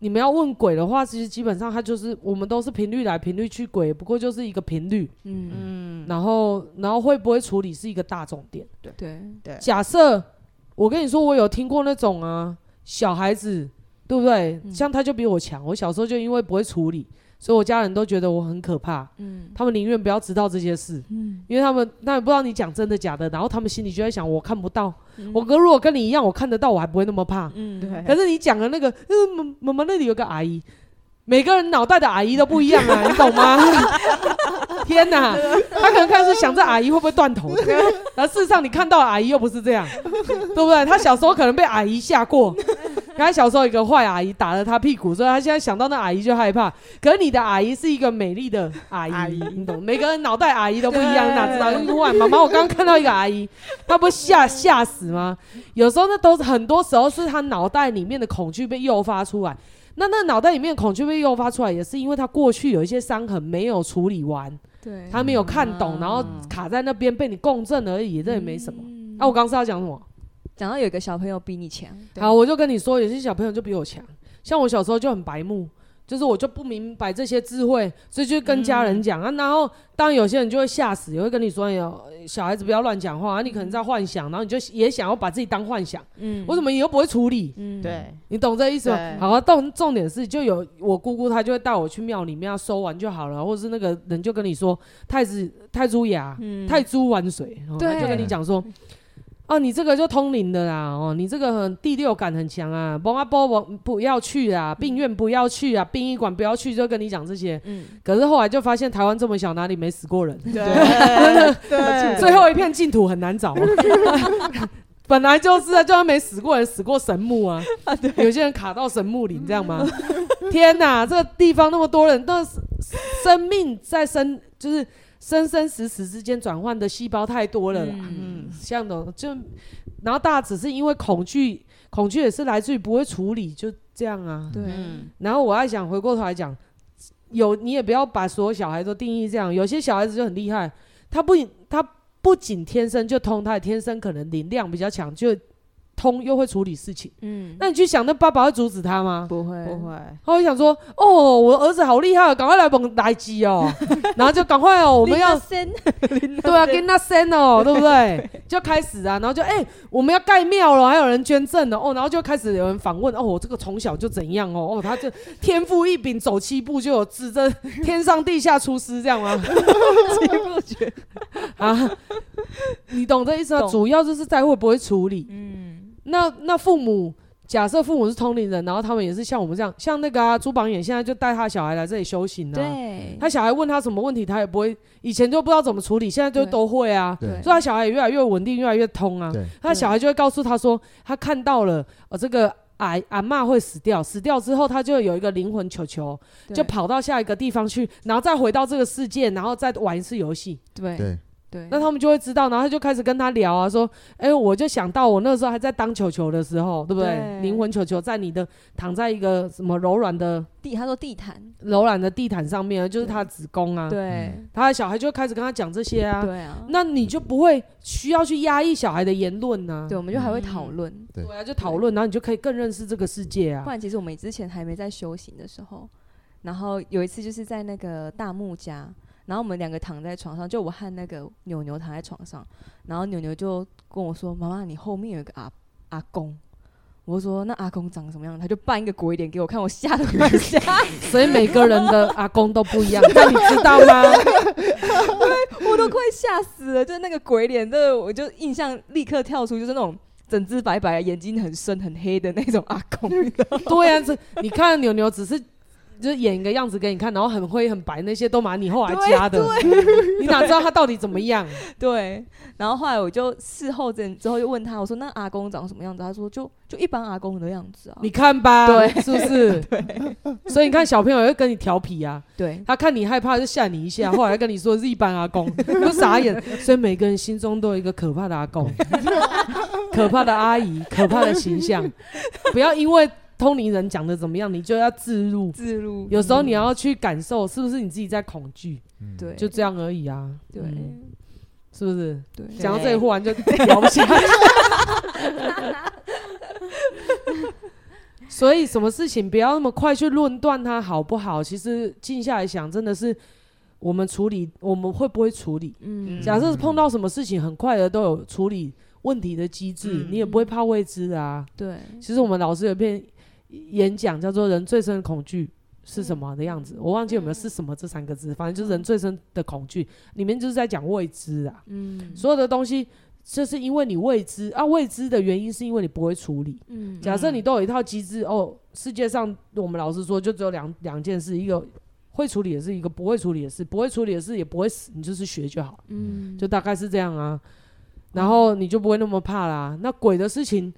A: 你们要问鬼的话，其实基本上它就是我们都是频率来频率去鬼，不过就是一个频率，
B: 嗯
D: 嗯，
A: 然后然后会不会处理是一个大重点。
B: 对
D: 对，
A: 假设我跟你说，我有听过那种啊，小孩子对不对？
B: 嗯
A: 像他就比我强，我小时候就因为不会处理，所以我家人都觉得我很可怕，
B: 嗯
A: 他们宁愿不要知道这些事。
B: 嗯
A: 因为他们他也不知道你讲真的假的，然后他们心里就在想，我看不到，我哥如果跟你一样，我看得到，我还不会那么怕。
B: 嗯
D: 对
A: 可是你讲的那个，嗯，妈妈妈那里有个阿姨，每个人脑袋的阿姨都不一样
D: *laughs*
A: 啊，你懂吗？天哪，他可能开始想这阿姨会不会断头的，然后事实上你看到的阿姨又不是这样，对不对？他小时候可能被阿姨吓过，他小时候有一个坏阿姨打了他屁股，所以他现在想到那阿姨就害怕。可是你的阿姨是一个美丽的阿姨，
D: 阿姨
A: 你懂？每个人脑袋阿姨都不一样，
B: 对
A: 哪知道？就突然妈妈，我刚刚看到一个阿姨，她不会吓吓死吗？有时候那都是很多时候是他脑袋里面的恐惧被诱发出来。那那脑袋里面的恐惧被诱发出来，也是因为他过去有一些伤痕没有处理完，
B: 对，
A: 他没有看懂，
D: 嗯
A: 然后卡在那边被你共振而已，这也没什么。
B: 么
A: 啊，我刚刚是要讲什么？
B: 讲到有一个小朋友比你强，对
A: 好，我就跟你说，有些小朋友就比我强，像我小时候就很白目，就是我就不明白这些智慧，所以就跟家人讲、啊。然后当然有些人就会吓死，也会跟你说，哎呦，小孩子不要乱讲话啊，你可能在幻想，然后你就也想要把自己当幻想，
B: 嗯
A: 我怎么也又不会处理，
B: 嗯，
D: 对，
A: 你懂这意思吗
D: 对？
A: 好、啊，重重点是就有我姑姑，她就会带我去庙里面要收完就好了，或者是那个人就跟你说太子太猪牙、太猪玩水，哦、
B: 嗯对
A: 她就跟你讲说。哦，你这个就通灵的啦，哦，你这个很第六感很强啊，不啊不不不要去啊，病院不要去啊，殡仪馆不要去，就跟你讲这些。
B: 嗯，
A: 可是后来就发现台湾这么小，哪里没死过人？ *laughs*
D: 对对，
A: 最后一片净土很难
D: *laughs*
A: 找、啊本来就是啊，就算没死过人，死过神木啊，有些人卡到神木里，你知道吗？天哪，这个地方那么多人，但是生命在生就是生生死死之间转换的细胞太多了啦。
D: 嗯，
A: 像的就，然后大家只是因为恐惧，恐惧也是来自于不会处理，就这样啊。
B: 对，
D: 嗯，
A: 然后我要想回过头来讲，有你也不要把所有小孩都定义这样，有些小孩子就很厉害，他不他不仅天生就通，他也天生可能灵量比较强，就通又会处理事情。
B: 嗯，
A: 那你去想，那爸爸会阻止他吗？
B: 啊不会，
D: 不，会，
A: 他会想说：“哦，我儿子好厉害哦，赶快来帮来鸡哦，然后就赶快哦，我
B: 我
A: 们要 *laughs*
B: 先， *laughs*
A: 对啊，跟他生哦，对不对？ *laughs* 就开始啊，然后就哎、我们要盖庙了，还有人捐赠了哦，然后就开始有人访问哦，我这个从小就怎样哦，哦，他就天赋异禀，走七步就有自这天上地下出师这样吗？ *laughs* 啊，你懂这意思吗？
B: 懂
A: 主要就是在会不会处理。
B: 嗯，
A: 那那父母。假设父母是通灵人，然后他们也是像我们这样，像那个啊，朱榜眼现在就带他小孩来这里修行啊。
B: 对，
A: 他小孩问他什么问题，他也不会，以前就不知道怎么处理，现在就
B: 对
A: 都会啊。
E: 对
A: 所以他小孩也越来越稳定，越来越通啊。
E: 对
A: 他小孩就会告诉他说，他看到了，呃，这个阿阿嬷会死掉，死掉之后，他就有一个灵魂球球，
B: 对
A: 就跑到下一个地方去，然后再回到这个世界，然后再玩一次游戏。
B: 对
E: 对，
B: 对，
A: 那他们就会知道，然后他就开始跟他聊啊，说，哎、我就想到我那时候还在当球球的时候，对不对？
B: 对
A: 灵魂球球在你的躺在一个什么柔软的
B: 地，他说地毯，
A: 柔软的地毯上面，就是他的子宫啊。
B: 对，
A: 他的小孩就会开始跟他讲这些啊。
B: 对啊，
A: 那你就不会需要去压抑小孩的言论呢、
B: 对，我们
A: 嗯
B: 就还会讨论。
E: 对
A: 对啊，就讨论，然后你就可以更认识这个世界啊
B: 不。然其实我们之前还没在修行的时候，然后有一次就是在那个大木家，然后我们两个躺在床上，就我和那个牛牛躺在床上，然后牛牛就跟我说：“妈妈，你后面有一个阿阿公。”我就说：“那阿公长什么样？”他就扮一个鬼脸给我看，我吓得快 *laughs* 吓
A: 所以每个人的阿公都不一
B: *laughs*
A: 样，但你知道吗？
B: 我都快吓死了，就是那个鬼脸，这我就印象立刻跳出，就是那种整只白白的、眼睛很深很黑的那种阿公，你知道吗
A: *laughs* 对啊，这你看牛牛只是。就是演一个样子给你看，然后很灰很白，那些都嘛你后来加的，你哪知道他到底怎么
B: *laughs*
A: 样？
B: *laughs* 对。然后后来我就事后之之后就问他，我说那阿公长什么样子？他说就就一般阿公的样子啊。
A: 你看吧，
B: 对
A: 是不
B: *laughs*
A: 是？所以你看小朋友也会跟你调皮啊，
B: *laughs* 对
A: 他看你害怕就吓你一
B: *laughs*
A: 下，后来跟你说是一般阿公，你就傻眼。所以每个人心中都有一个可怕的阿
B: *laughs*
A: 公、可怕的阿姨、可怕的形象。不要因为通灵人讲的怎么样，你就要自入。
B: 自入
A: 有时候你要去感受，是不是你自己在恐惧？
B: 对
A: 就这样而已啊，
B: 对
A: 嗯是不是？
B: 对
A: 讲到这里，忽然就聊不起
B: *laughs*
A: 来。所以，什么事情不要那么快去论断它好不好？其实静下来想，真的是我们处理，我们会不会处理？
B: 嗯
A: 假设碰到什么事情，很快的都有处理问题的机制，
D: 嗯
A: 你也不会怕未知的啊。
B: 对
A: 其实我们老师有一篇演讲叫做《人最深的恐惧是什
B: 嗯
A: 么》的样子，我忘记有没有是什么这三个字，反正就是人最深的恐惧，里面就是在讲未知啊。
B: 嗯
A: 所有的东西，这是因为你未知啊，未知的原因是因为你不会处理。
B: 嗯
A: 假设你都有一套机制，哦，世界上我们老实说，就只有两两件事，一个会处理的事，一个不会处理的事，不会处理的事也不会死，你就是学就好了，
B: 嗯
A: 就大概是这样啊。然后你就不会那么怕啦。那鬼的事情，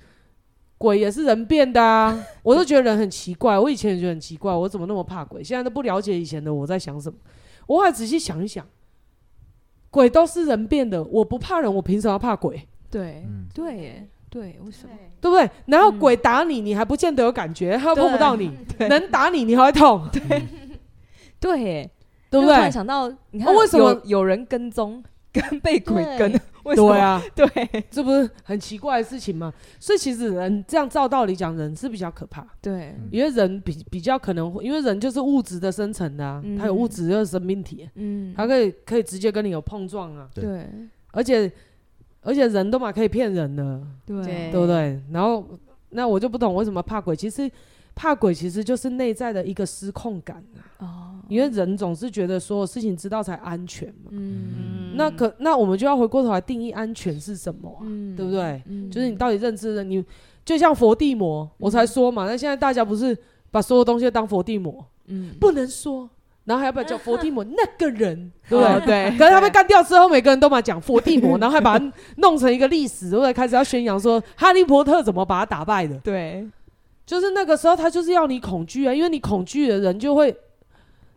A: 鬼也是人变的
B: *laughs*
A: 啊。我都觉得人很奇怪，我以前也觉得很奇怪，我怎么那么怕鬼？现在都不了解以前的我在想什么。我后来仔细想一想，鬼都是人变的，我不怕人，我凭什么要怕鬼？
B: 对
E: 嗯
B: 对耶对为什么
A: 对不对？然后
B: 嗯
A: 鬼打你，你还不见得有感觉，他又碰不到你，能打你，你还会痛，
B: 对耶？
A: 对不
B: 就突然
A: 对？
B: 想到，你
A: 啊
B: 看
A: 为什么
B: *laughs* 有有人跟踪跟被鬼跟
D: 对？
B: 为什么？
A: 对啊，
B: 对
A: 这不是很奇怪的事情吗？所以其实人这样照道理讲，人是比较可怕，
B: 对，
A: 因为人比比较可能会，因为人就是物质的生成的、啊，
B: 嗯
A: 他有物质又有生命体，
B: 嗯，
A: 他可以可以直接跟你有碰撞啊，
B: 对嗯
A: 而且而且人都嘛可以骗人的，
B: 对
D: 对
A: 对不对？然后那我就不懂为什么怕鬼，其实怕鬼其实就是内在的一个失控感啊，
B: 哦，
A: 因为人总是觉得所有事情知道才安全嘛。
B: 嗯
A: 那可那我们就要回过头来定义安全是什么啊，
B: 嗯
A: 对不？对？
B: 嗯
A: 就是你到底认知的你，就像佛地魔，我才说嘛，那现在大家不是把所有东西都当佛地魔，
B: 嗯
A: 不能说。然后还要把它叫佛地魔那个人，对不对？
B: 哦对，
A: 可是他被干掉之后，每个人都嘛讲佛地魔，然后还把它弄成一个历史，后来开始要宣扬说哈利波特怎么把他打败的，
B: 对
A: 就是那个时候他就是要你恐惧啊，因为你恐惧的人就会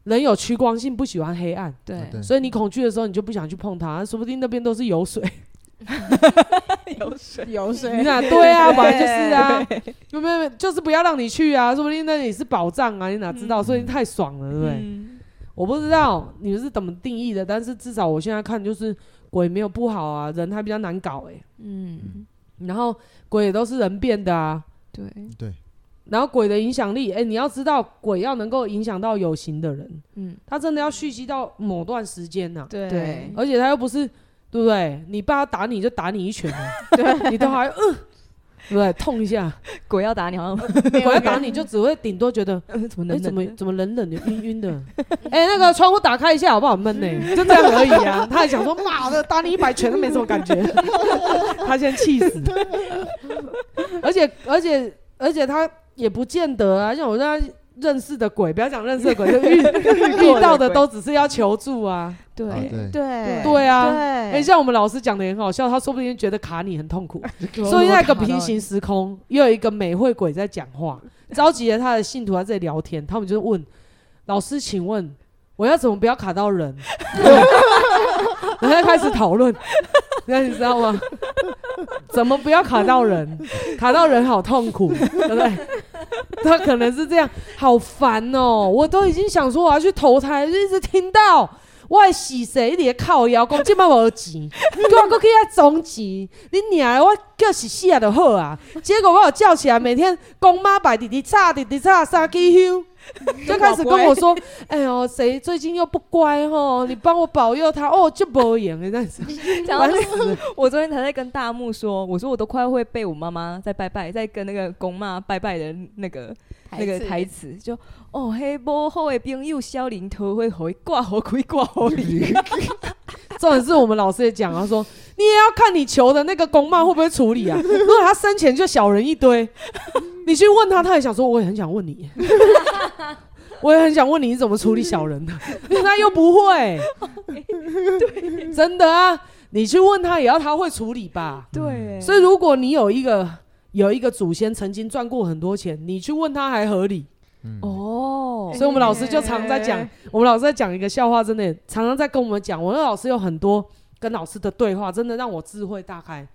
A: 人有趋光性，不喜欢黑暗，
E: 啊
B: 对，
E: 对
A: 所以你恐惧的时候你就不想去碰它，说不定那边都是油水，
B: 有水，
D: 有水
A: 你哪 *laughs* 对啊，
B: *laughs*
A: 本来就是啊，有没有就是不要让你去啊，说不定那里是宝藏啊，你哪知道？所以你太爽了，对不对？
B: 嗯
A: 我不知道你们是怎么定义的，但是至少我现在看就是鬼没有不好啊，人还比较难搞哎、
B: 嗯，
A: 然后鬼也都是人变的啊，
B: 对，
E: 对，
A: 然后鬼的影响力哎、你要知道鬼要能够影响到有形的人，
B: 嗯
A: 他真的要蓄积到某段时间呐、啊
B: 对
D: 对
A: 而且他又不是对不对？你爸打你就打你一拳、
B: *laughs*
A: 啊，
D: 对
A: 你都还嗯。对不对？痛一下，
B: 鬼要打你好像
A: *laughs* 鬼要打你就只会顶多 *laughs* 觉得，
B: 怎
A: 哎，
B: 么能
A: 怎么怎么冷冷的、晕晕的？ *laughs* 哎，那个窗户打开一下好不好？闷呢、 *laughs* 就这样而已啊。他还想说，妈的，打你一百拳都没什么感 *laughs* 觉。他现在气死了，而且而且而且他也不见得啊，像我这样认识的鬼，不要讲认识的 *laughs* 鬼，就遇遇到的都只是要求助啊。
E: 啊
B: *laughs* 对
E: 对，
D: 对
A: 对啊，哎，
D: 对，
A: 像我们老师讲的也很好笑，他说不定觉得卡你很痛苦， *laughs* 所以那个平行时空又有一个美惠鬼在讲话，召集了他的信徒在这里聊天，他们就问老师，请问我要怎么不要卡到人？然后就开始讨论，那你知道吗？怎么不要卡到人？卡到人好痛苦，对不对？他可能是这样，好烦哦！我都已经想说我要去投胎，就一直听到我洗谁你的靠腰，讲这么无钱，叫我搁去遐总钱，你娘的我叫是死啊就好啊！结果我有叫起来，每天公妈摆弟弟叉弟弟叉三鸡休。就开始跟我说：“哎呦，谁最近又不乖哦？你帮我保佑他哦，就不演了，但是
B: *laughs* 讲
A: 烦
B: 到
A: 死了。
B: 我昨天才在跟大木说，我说我都快会被我妈妈在拜拜，在跟那个公妈拜拜的那个那个台词，就哦黑波后的兵又萧林头会回挂好鬼挂好里，
A: 重点是我们老师也讲，啊他说你也要看你求的那个公骂会不会处理啊。如果他生前就小人一堆，你去问他，他也想说，我也很想问你， *laughs* 我也很想问你，你怎么处理小人的？他又不会，真的啊，你去问他也要他会处理吧。
B: 对，
A: 所以如果你有一个有一个祖先曾经赚过很多钱，你去问他还合理。
B: 哦，嗯
A: 所以我们老师就常在讲，我们老师在讲一个笑话，真的常常在跟我们讲。我那老师有很多跟老师的对话，真的让我智慧大开。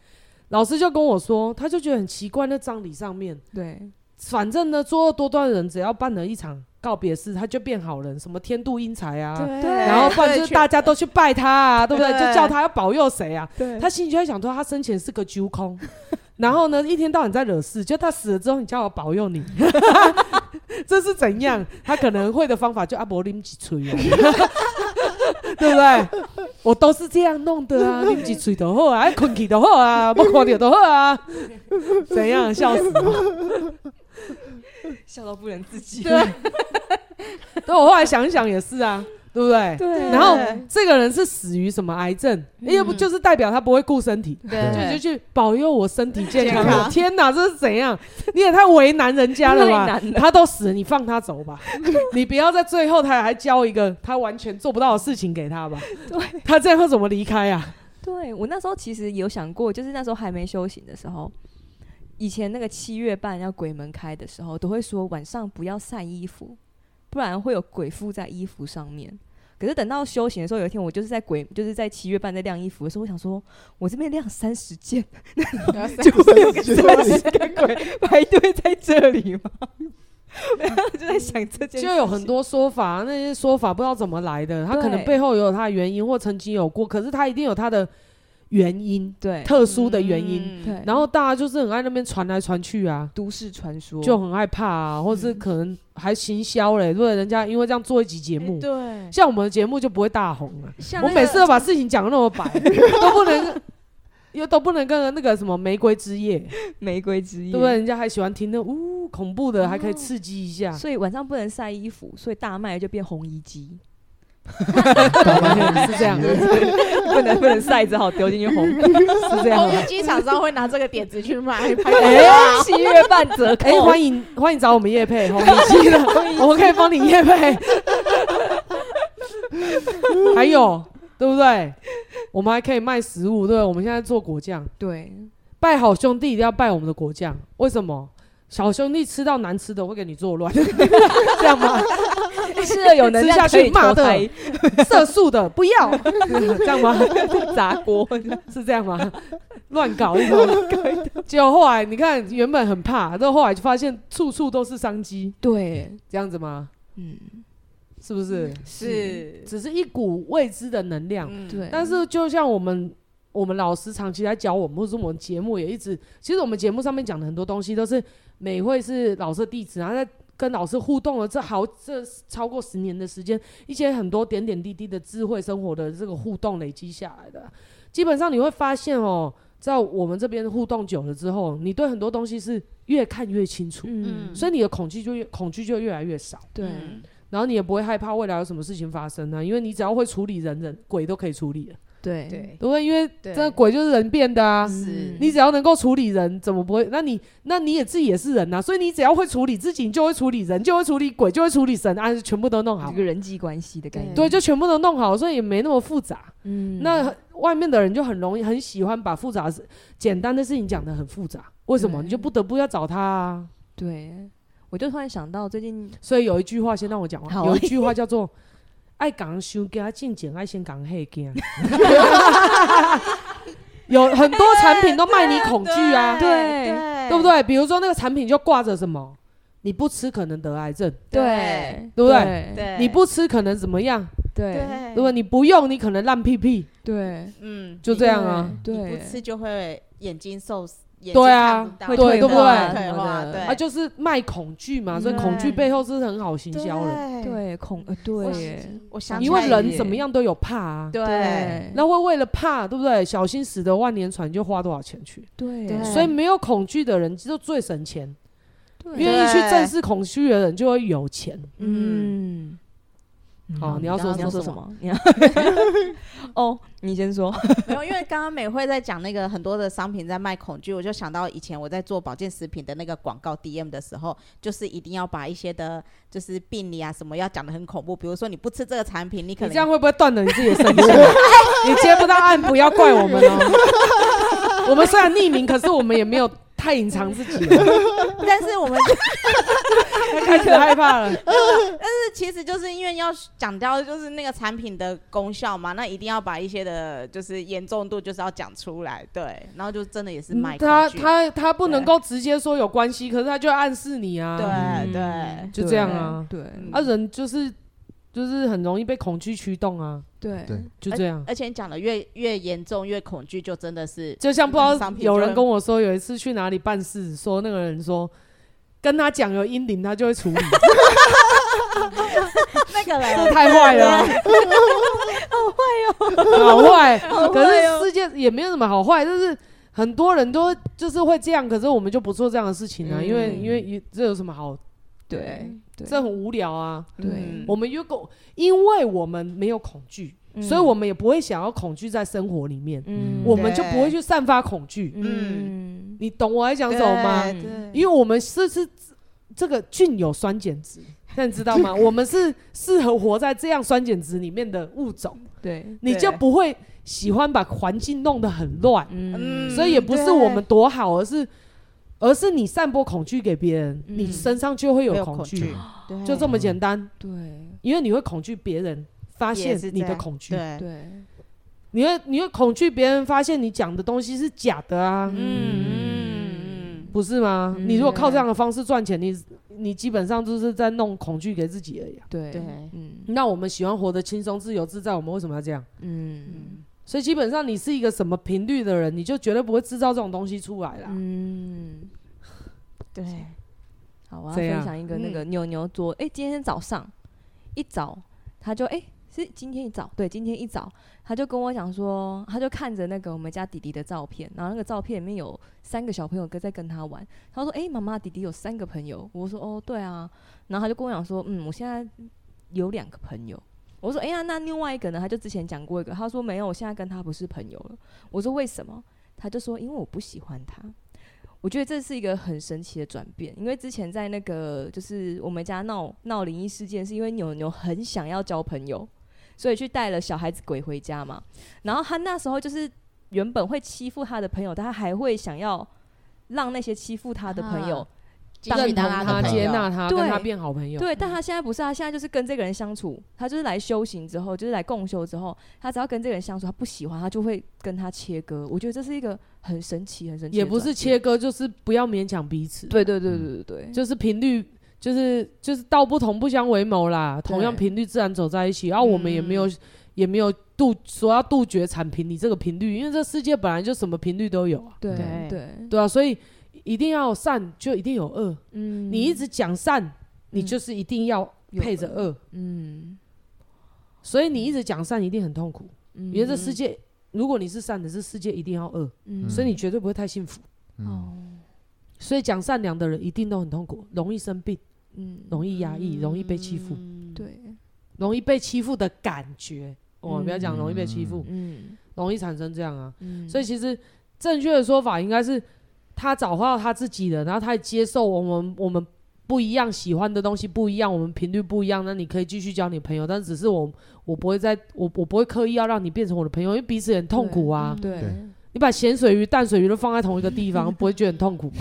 A: 老师就跟我说，他就觉得很奇怪，那葬礼上面，
B: 对，
A: 反正呢，作恶多端的人只要办了一场告别式，他就变好人，什么天妒英才啊，
D: 对，
B: 对
A: 然后不然就是大家都去拜他啊，对不对？
D: 对
A: 就叫他要保佑谁啊？
B: 对
A: 他心里就在想说，他生前是个揪空， *laughs* 然后呢，一天到晚在惹事，就他死了之后，你叫我保佑你， *laughs* 这是怎样？他可能会的方法就阿伯拎几锤啊， *laughs* 对不对？我都是这样弄的啊，拎几锤都好啊，困起都好啊，不看到都好啊，怎样？笑死我！ *laughs*
B: 笑到不能自己，
A: 对 *laughs* 啊，但我后来想一想也是啊，对不对？
B: 对
A: 然后这个人是死于什么癌症？要不就是代表他不会顾身体，所以就
D: 对，
A: 去保佑我身体健康。
D: 健康
A: 天哪，这是怎样？你也太为难人家了
B: 太
A: 吧
B: 难！了
A: 他都死了，你放他走吧，你不要在最后他还交一个他完全做不到的事情给他吧。
B: 对，
A: 他这样会怎么离开啊？
B: 对我那时候其实有想过，就是那时候还没修行的时候，以前那个七月半要鬼门开的时候，都会说晚上不要晒衣服，不然会有鬼附在衣服上面。可是等到修行的时候，有一天我就是在鬼，就是在七月半在晾衣服的时候，我想说，我这边晾三
A: *laughs*
B: 十件，就会有个三十个鬼排队在这里 *laughs* 吗？我就在想这件事情，
A: 就有很多说法，那些说法不知道怎么来的，他可能
B: 对
A: 背后也有他的原因，或曾经有过，可是他一定有他的原因，
B: 对，
A: 特殊的原因。
B: 哎嗯
F: 因
B: 对，
A: 然后大家就是很爱那边传来传去啊，
B: 都市传说
A: 就很害怕啊，或是可能还行销嘞，对人家因为这样做一集
D: 哎
A: 节目，
F: 对，
A: 像我们的节目就不会大红了。
B: 像
A: 我
B: 那个
A: 每次都把事情讲得那
B: *laughs*
A: 么白，都不能，又都不能跟那个什么玫瑰之夜，
B: 嗯玫瑰之夜，
A: 对不对？人家还喜欢听那呜恐怖
B: 哦
A: 的，还可以刺激一下。
B: 啊所以晚上不能晒衣服，所以大麦就变红衣鸡，啊
A: 是这样，
B: 哦
A: 是
B: 不能不能晒，只好丢进去红。
A: 这样
D: 红
A: 吗。 *laughs*
D: 衣机厂商会拿这个点子去卖，拍
B: 哎，七月半折扣，
A: 哎、欢迎欢迎找我们叶
B: *laughs*
A: 配红衣机的，我们可以帮你叶配。还有，对不对？我们还可以卖食物，对不对？我们现在做果酱，
B: 对，
A: 拜好兄弟一定要拜我们的果酱，为什么？小兄弟吃到难吃的会给你作
B: *laughs*
A: 乱，这样吗？
B: 吃了有能
A: 吃下
B: 量
A: 去
B: 可以
A: 骂
B: 投
A: 的
B: 胎 *laughs*
A: 色素的不要， *laughs* 这样吗？
B: 砸锅，
A: 是这样吗？乱搞一通， *laughs* 结果后来你看，原本很怕，到后来就发现处处都是商机，
B: 对，
A: 这样子吗？
B: 嗯，
A: 是不是？
D: 是
A: 只是一股未知的能量。
D: 嗯
B: 对，
A: 但是就像我们我们老师长期来教我们，或者是我们节目也一直，其实我们节目上面讲的很多东西都是美惠是老师的弟子，然后在跟老师互动了这好这超过十年的时间，一些很多点点滴滴的智慧生活的这个互动累积下来的，基本上你会发现哦。在我们这边互动久了之后，你对很多东西是越看越清楚，
B: 嗯，
A: 所以你的恐惧就越恐惧就越来越少。
B: 对，
A: 然后你也不会害怕未来有什么事情发生呢、啊因为你只要会处理人，人鬼都可以处理了，
B: 对，嗯
F: 对
A: 对，不对？因为
F: 对
A: 真的鬼就是人变的啊，
F: 是
A: 你只要能够处理人，怎么不会？那你那你也自己也是人呐、啊所以你只要会处理自己，你就会处理人，就会处理鬼，就会处理神，啊，全部都弄好
B: 这，个人际关系的概念，
A: 对，就全部都弄好，所以也没那么复杂。
B: 嗯，
A: 那外面的人就很容易很喜欢把复杂的事、简单的事情讲得很复杂，为什么？
B: 对
A: 你就不得不要找他啊。
B: 对，我就突然想到最近
A: 所以有一句话，先让我讲完。
B: 好
A: 有一句话叫做 *laughs* “爱讲修加进前，爱先讲黑
B: *laughs*
A: 加”。有很多产品都卖你恐惧啊，
B: 对
A: 对不？对？比如说那个产品就挂着什么，你不吃可能得癌症，对不对
F: 对，
A: 你不吃可能怎么样，
B: 对
F: 对
A: 对吧？你不用，你可能烂屁屁，
B: 对
D: 嗯，
A: 就这样啊。
B: 对
D: 你不吃就会眼睛受死，眼睛
A: 对啊
D: 看不到
A: 会
B: 退
A: 对对不
B: 化
A: 对
B: 什
D: 退
B: 么
D: 化
B: 的
D: 对
A: 啊，就是卖恐惧嘛，所以
B: 嗯
A: 恐惧背后是很好行销的，
D: 对
B: 对恐呃
D: 我
B: 对耶
D: 我想
A: 因
D: 起
A: 为
D: 来
A: 人怎么样都有怕啊。
D: 对
B: 对
A: 那会为了怕，对不对？小心驶得万年船，就花多少钱去？
B: 对
D: 对
A: 所以没有恐惧的人就最省钱，
B: 对
A: 愿意去正视恐惧的人就会有钱。
B: 嗯，
A: 好，你要说
B: 你
A: 什
B: 要
A: 么？
B: 说什么？你要哦，你先说。
D: 没有，因为刚刚美惠在讲那个很多的商品在卖恐惧，我就想到以前我在做保健食品的那个广告 DM 的时候，就是一定要把一些的，就是病理啊什么要讲的很恐怖，比如说你不吃这个产品，你可
A: 你
D: 能
A: 这样会不会断了你自己的生意？你接不到案，不要怪我们哦。我们虽然匿名，可是我们也没有太隐藏自己了，
D: 但是我们
A: 开始害怕了。
D: 这其实就是因为要讲到就是那个产品的功效嘛，那一定要把一些的就是严重度就是要讲出来，对，然后就真的也是卖
A: 嗯
D: 恐
A: 他
D: 惧
A: 他他不能够直接说有关系，可是他就暗示你啊。
D: 对、
B: 嗯
D: 对，
A: 就这样啊
B: 对嗯
A: 啊，人就是就是很容易被恐惧驱动啊，
B: 对
E: 对
A: 就这样。
D: 而且你讲的越越严重越恐惧，就真的是
A: 就像不知道
D: 商品就
A: 有
D: 会
A: 人跟我说，有一次去哪里办事，说那个人说跟他讲有阴灵，他就会处理，
D: 那个人
A: 这太坏了， *laughs* 好坏哦，好坏。可是世界也没有什么好坏，就是很多人都就是会这样，可是我们就不做这样的事情啊，
B: 嗯
A: 因为因为也这有什么好？
B: 对嗯
A: 这很无聊啊。
B: 对，
A: 我们如果因为我们没有恐惧，所以我们也不会想要恐惧在生活里面，
B: 嗯
A: 我们就不会去散发恐惧。
B: 嗯
A: 你懂我在讲
D: 对
A: 什么哦吗？
D: 对
A: 因为我们是是这个菌有酸碱值，那你知道
D: *laughs*
A: 吗？我们是适合活在这样酸碱值里面的物种，
B: 对
A: 你就不会喜欢把环境弄得很乱。
B: 嗯
A: 所以也不是
D: 对
A: 我们多好，而是而是你散播恐惧给别人，
B: 嗯
A: 你身上就会
D: 会
A: 有
D: 有
A: 恐
D: 恐
A: 惧
D: 惧，对
A: 就这么简单。
B: 对
A: 因为你会恐惧别人发
D: 也
A: 现
D: 是
A: 你
D: 这
A: 的
D: 样
A: 恐惧，
D: 对，
B: 对
A: 你会你会恐惧别人发现你讲的东西是假的啊。
D: 嗯嗯
A: 不是吗？
B: 嗯
A: 你如果靠
B: 对
A: 这样的方式赚钱，你你基本上就是在弄恐惧给自己而已啊、
B: 对
D: 对
B: 嗯
A: 那我们喜欢活得轻松、自由自在，我们为什么要这样？
B: 嗯
A: 所以基本上你是一个什么频率的人，你就绝对不会制造这种东西出来啦。
B: 嗯，
D: 对，
B: 好，我要
A: 怎样嗯
B: 分享一个那个牛牛昨，哎、今天早上一早他就哎、诶是今天一早，对，今天一早他就跟我讲说，他就看着那个我们家弟弟的照片，然后那个照片里面有三个小朋友跟在跟他玩，他说，哎、妈妈，弟弟有三个朋友，我说，哦，对啊，然后他就跟我讲说，嗯，我现在有两个朋友。我说：“哎、呀，那另外一个呢？他就之前讲过一个，他说没有，我现在跟他不是朋友了。”我说：“为什么？”他就说：“因为我不喜欢他。”我觉得这是一个很神奇的转变，因为之前在那个就是我们家闹闹灵异事件，是因为牛牛很想要交朋友，所以去带了小孩子鬼回家嘛。然后他那时候就是原本会欺负他的朋友，但他还会想要让那些欺负他的朋友，
D: 啊继
A: 认
D: 续
A: 同
D: 当他
A: 他、
D: 的朋友
A: 接纳他，
B: 对
A: 跟他变好朋友。
B: 对。但他现在不是，他啊现在就是跟这个人相处，他就是来修行之后，就是来共修之后，他只要跟这个人相处，他不喜欢，他就会跟他切割。我觉得这是一个很神奇、很神奇，
A: 也不是切。嗯割，就是不要勉强彼此。
B: 对对对对对对，
A: 就是频率，就是就是道不同不相为谋啦，同样频率自然走在一
D: 嗯
A: 起。然、后啊我们也没有、也没有杜说要杜绝铲平你这个频率，因为这世界本来就什么频率都有啊，
B: 对
D: 对
B: 对，
A: 对啊，所以一定要有善，就一定有恶。
B: 嗯
A: 你一直讲善，你
B: 嗯
A: 就是一定要
B: 有
A: 配着恶，
B: 嗯，
A: 所以你一直讲善一定很痛苦，
B: 嗯
A: 因为这世界。如果你是善的，这世界一定要恶，
B: 嗯哦
A: 所以你绝对不会太幸福。
E: 嗯，
A: 所以讲善良的人一定都很痛苦，容易生病，
B: 嗯
A: 容易压抑，容易被欺负。
B: 对，
A: 容易被欺负的感觉。哦，
B: 嗯
A: 不要讲容易被欺负，
B: 嗯
A: 容易产生这样啊。
B: 嗯，
A: 所以其实正确的说法应该是，他找回到他自己的，然后他也接受我们我们不一样，喜欢的东西不一样，我们频率不一样，那你可以继续交你朋友，但只是我我不会再我我不会刻意要让你变成我的朋友，因为彼此很痛苦啊。
B: 对
E: 对
A: 你把咸水鱼、淡水鱼都放在同一个地方，不会觉得很痛苦吗？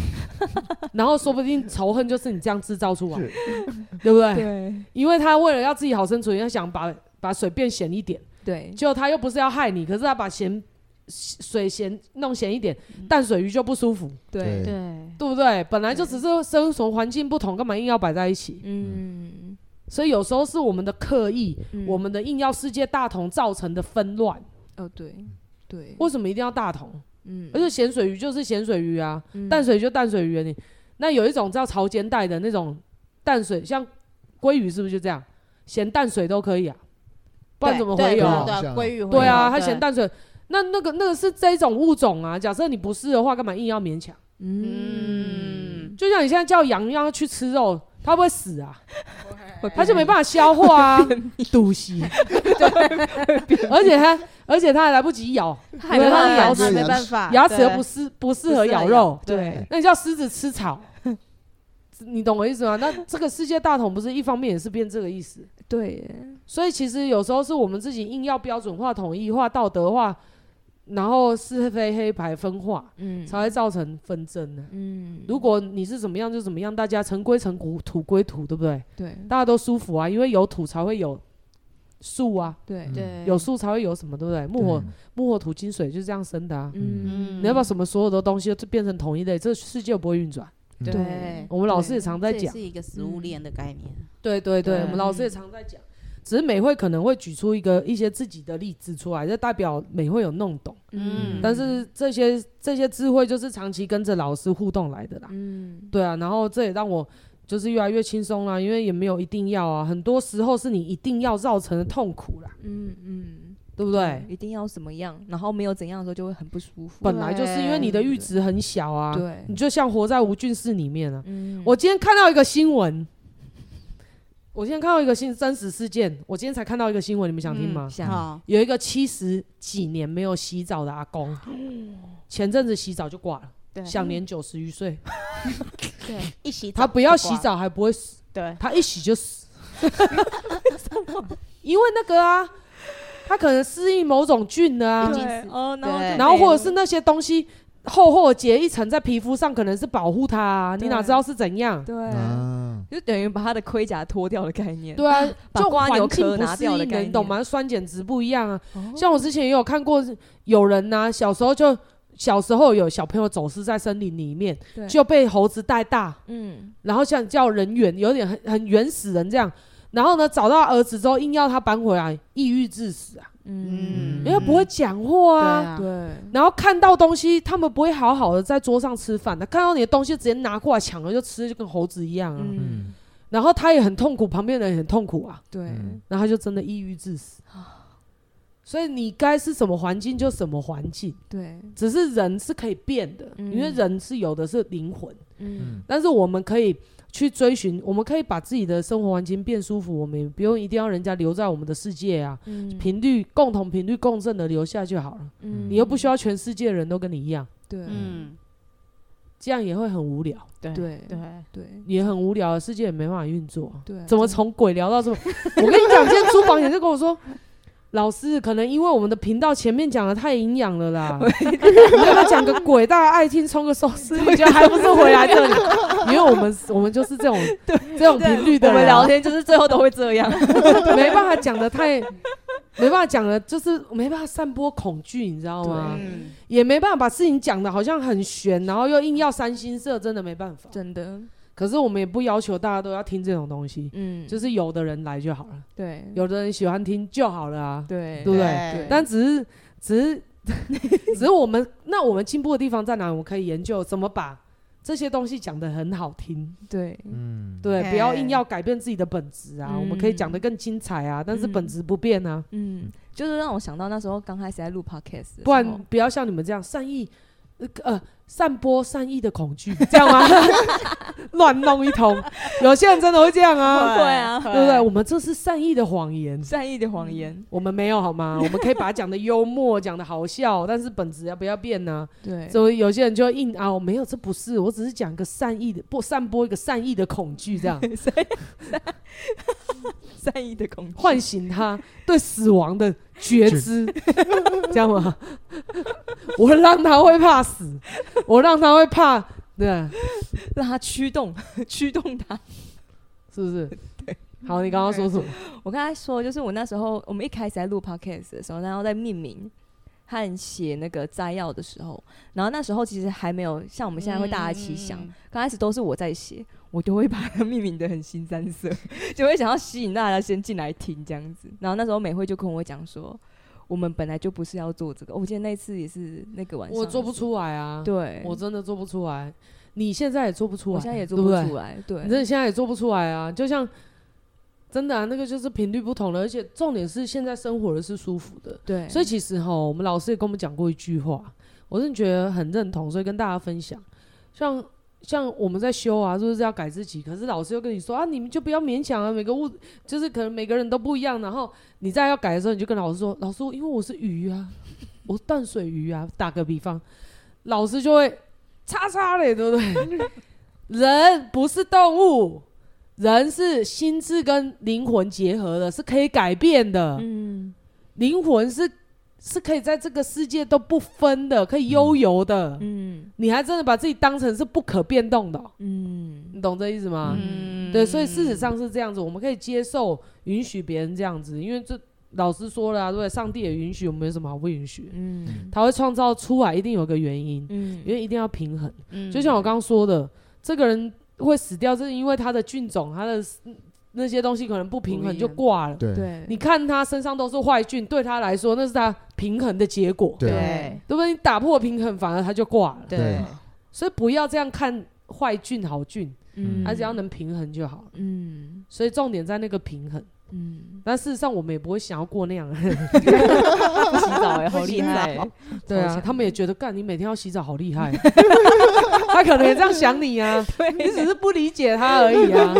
A: 然后说不定仇恨就是你这样制造出来，对
B: 嗯
A: 不对？
B: 对
A: 因为他为了要自己好生存，要想把把水变咸一点，
B: 对
A: 结果他又不是要害你，可是他把咸水咸弄咸一点，淡水鱼就不舒服，
B: 对，
E: 对
D: 对，
A: 对不对？本来就只是生存环境不同，干嘛硬要摆在一起？
B: 嗯，
A: 所以有时候是我们的刻意，
B: 嗯
A: 我们的硬要世界大同造成的纷乱。
B: 哦对对，
A: 为什么一定要大同？
B: 嗯
A: 而且咸水鱼就是咸水鱼啊，
B: 嗯
A: 淡水就淡水鱼啊你。那有一种叫潮间带的那种淡水，像鲑鱼是不是就这样？咸淡水都可以啊，不然怎么
D: 对
A: 会有？
D: 对
E: 啊
D: 对，鲑鱼会有
A: 对啊，它
D: 对
A: 咸淡水，那那个那个是这一种物种啊。假设你不是的话，干嘛硬要勉强？
B: 嗯
A: 就像你现在叫羊让它去吃肉，它会不会死啊，它就没
B: 法
A: 办法消化啊，堵息， *laughs* 而且它而且它还来不及咬，
B: 他还
D: 对
B: 没
A: 对它
B: 办
A: 咬
B: 法
D: 牙
A: 死
D: 齿没
E: 牙
D: 办
E: 齿
D: 法，
A: 牙齿又
D: 对
A: 不适啊不适合咬肉，
D: 对，
A: 那你叫狮子吃草， *laughs* 你懂我意思吗？那这个世界大同不是一方面也是变这个意思，
B: 对耶
A: 所以其实有时候是我们自己硬要标准化、统一化、道德化，然后是非黑白分化，
B: 嗯
A: 才会造成纷争呢、
B: 嗯
A: 如果你是怎么样就怎么样，大家尘归尘，土土归土，对不对？
B: 对
A: 大家都舒服啊，因为有土才会有树啊，
B: 对
D: 对，
A: 有树才会有什么，对不对？木火木火土金水就是这样生的啊。
B: 嗯
A: 你要把什么所有的东西都变成同一类，这世界不会运转。
E: 对
D: 对，
A: 我们老师
B: 对
A: 也常在
D: 这也
A: 讲，
D: 是一个食物链的概念，啊
A: 对对对，
B: 对
A: 我们老师也常在讲，只是美惠可能会举出一个一些自己的例子出来，这代表美惠有弄懂，
D: 嗯
A: 但是这些这些智慧就是长期跟着老师互动来的啦。
B: 嗯
A: 对啊，然后这也让我就是越来越轻松啦，因为也没有一定要啊，很多时候是你一定要造成的痛苦啦，
B: 嗯嗯，
A: 对不对？
B: 一定要怎么样，然后没有怎样的时候就会很不舒服。
A: 本来就是因为你的阈值很小啊，
B: 对
A: 你就像活在无菌室里面啊。
B: 嗯
A: 我今天看到一个新闻，我今天看到一个新真实事件，我今天才看到一个新闻，你们想听吗？
B: 想
D: 好，
A: 有一个七十几年没有洗澡的阿公，前阵子洗澡就挂了，
D: 对
A: 享年九十余岁。
D: 对，一洗
A: 他
D: 澡
A: 不要
D: 就
A: 洗
D: 挂，
A: 澡还不会死，
D: 对，
A: 他一洗就死。因为那个啊，他可能适应某种菌的啊
D: 已，经死
B: 哦，然后
D: 对
B: 就
A: 然后或者
B: 没
A: 是那些东西厚厚的结一层在皮肤上，可能是保护它、啊，你
B: 对
A: 哪知道是怎样？
B: 了对，
E: 啊，
B: 就等于把他的盔甲脱掉的概念。
A: 对啊，
B: 把
A: 就
B: 瓜牛
A: 环境
B: 壳
A: 不
B: 拿
A: 适
B: 掉的
A: 应
B: 概
A: 的，你懂
B: 念
A: 吗？酸碱值不一样啊。
B: 哦，
A: 像我之前也有看过有人呐、小时候就小时候有小朋友走失在森林里面，
B: 对
A: 就被猴子带大，
B: 嗯
A: 然后像叫人猿，有点很很原始人这样。然后呢，找到儿子之后，硬要他搬回来，抑郁致死啊！
B: 嗯，
A: 因为不会讲话啊。
D: 啊，
B: 对，
A: 然后看到东西，他们不会好好的在桌上吃饭的，看到你的东西直接拿过来抢了就吃，就跟猴子一样啊。
B: 嗯，
E: 嗯，
A: 然后他也很痛苦，旁边的人也很痛苦啊。
B: 对，
E: 嗯
A: 然后他就真的抑郁致死。
B: 啊
A: 所以你该是什么环境就什么环境，
B: 对，
A: 只是人是可以变的，
B: 嗯
A: 因为人是有的是灵魂，
B: 嗯，
A: 但是我们可以去追寻，我们可以把自己的生活环境变舒服，我们也不用一定要人家留在我们的世界啊，
B: 嗯，
A: 频率共同频率共振的留下就好了，
B: 嗯
A: 你又不需要全世界人都跟你一样，
B: 对，
D: 嗯，
A: 这样也会很无聊，
D: 对
B: 对
D: 对，
B: 对，
A: 也很无聊，世界也没办法运作。
B: 对，
A: 怎么
B: 真的
A: 从鬼聊到这么？我跟你讲，今天朱房也就跟我说，老师可能因为我们的频道前面讲的太营养了啦，你要不要讲个鬼，大家爱听，充个收视率，就还不是回来这里？ *laughs* 因为我们我们就是这种这种频率的人
B: 我们聊
A: 啊，
B: 天就是最后都会这样。
A: 没办法讲的太。没办法讲的，就是没办法散播恐惧，你知道吗？
D: 嗯，
A: 也没办法把事情讲的好像很玄，然后又硬要三心社，真的没办法。
B: *laughs* 真的，
A: 可是我们也不要求大家都要听这种东西，
B: 嗯，
A: 就是是有的人来就好了。
B: 对，
A: 有的人喜欢听就好了啊，
B: 对
A: 对不对？
D: 对
A: 但只是只是 *laughs* 只是我们那我们进步的地方在哪？我们可以研究怎么把这些东西讲得很好听，
B: 对
E: 嗯，
A: 对，
D: 嗯
A: 不要硬要改变自己的本质啊，
B: 嗯
A: 我们可以讲得更精彩啊，但是
B: 嗯
A: 本质不变啊，
B: 嗯，就是让我想到那时候刚开始在录 podcast，的
A: 不
B: 时候
A: 然不要像你们这样善意。呃呃，散播善意的恐惧，这
B: *laughs*
A: 样吗？乱弄一通，有些人真的会这样啊，
B: 会啊
A: 对不对？我们这是善意的谎言，
B: *laughs* 善意的谎言，
A: 我们没有好
B: *laughs*
A: 吗？我们可以把它讲的幽默，讲的好笑，但是本质要不要变呢？
B: 对，
A: 所以有些人就硬啊，我没有，这不是，我只是讲个善意的，不散播一个善意的恐惧，
B: *laughs*
A: 这样
B: *laughs* 善 *laughs* 善意的恐惧，
A: 唤醒他对死亡的觉知， *laughs* 这样吗？我让他会怕死，我让他会怕，对，啊
B: 让它驱 *laughs* 动驱动它。
A: 是不是？好，你刚刚说什么？
B: 我刚才说，就是我那时候我们一开始在录 podcast 的时候，然后在命名和写那个摘要的时候，然后那时候其实还没有像我们现在会大家一起想，刚开始都是我在写，我就会把它命名的很新三色， *laughs* 就会想要吸引大家先进来听这样子。然后那时候美惠就跟我讲说，我们本来就不是要做这个。哦我记得那次也是那个晚上，
A: 我做不，出来啊，
B: 对，
A: 我真的做不出来，你现在也做不出来，
B: 我现在也做
A: 对
B: 不
A: 对
B: 出来，对，
A: 你真的现在也做不出来啊！就像真的啊，那个就是频率不同了，而且重点是现在生活的是舒服的，
B: 对，
A: 所以其实哈，我们老师也跟我们讲过一句话，我真的觉得很认同，所以跟大家分享。像像我们在修啊，就是要改自己，可是老师又跟你说啊，你们就不要勉强啊，每个物就是可能每个人都不一样，然后你在要改的时候，你就跟老师说，老师，因为我是鱼啊，我是淡水鱼啊，打个比方，老师就会叉叉嘞，对不对？
B: *laughs*
A: 人不是动物，人是心智跟灵魂结合的，是可以改变的。
B: 嗯，
A: 灵魂是是可以在这个世界都不分的，可以悠游的。
B: 嗯
A: 你还真的把自己当成是不可变动的哦、
B: 嗯
A: 你懂这意思吗？
D: 嗯
A: 对，所以事实上是这样子，我们可以接受、允许别人这样子，因为这老师说了、啊，对，上帝也允许，我们有什么好不允许？
B: 嗯
A: 他会创造出来，一定有个原因，
B: 嗯
A: 因为一定要平衡。
D: 嗯
A: 就像我刚刚说的，这个人会死掉，是因为他的菌种、他的那些东西可能不平
D: 不
A: 衡
D: 一样
A: 就挂了。
E: 对
B: 对，
A: 你看他身上都是坏菌，对他来说那是他平衡的结果，
E: 对
D: 对
A: 对不对？你打破平衡，反而他就挂了。
E: 对
A: 所以不要这样看坏菌好菌，
E: 嗯
A: 他只要能平衡就好了。
B: 嗯
A: 所以重点在那个平衡。 *laughs*
B: 嗯
A: 但事实上，我们也不会想要过那样。 *laughs*
B: 不洗澡哎，好
D: 不
B: 厉
D: 洗
B: 害
D: 澡
B: 欸，
A: 对
B: 超
A: 啊，
B: 强
A: 他们也觉得干你每天要洗澡好厉害，啊他可能也这样想你啊。你只是不理解他而已啊，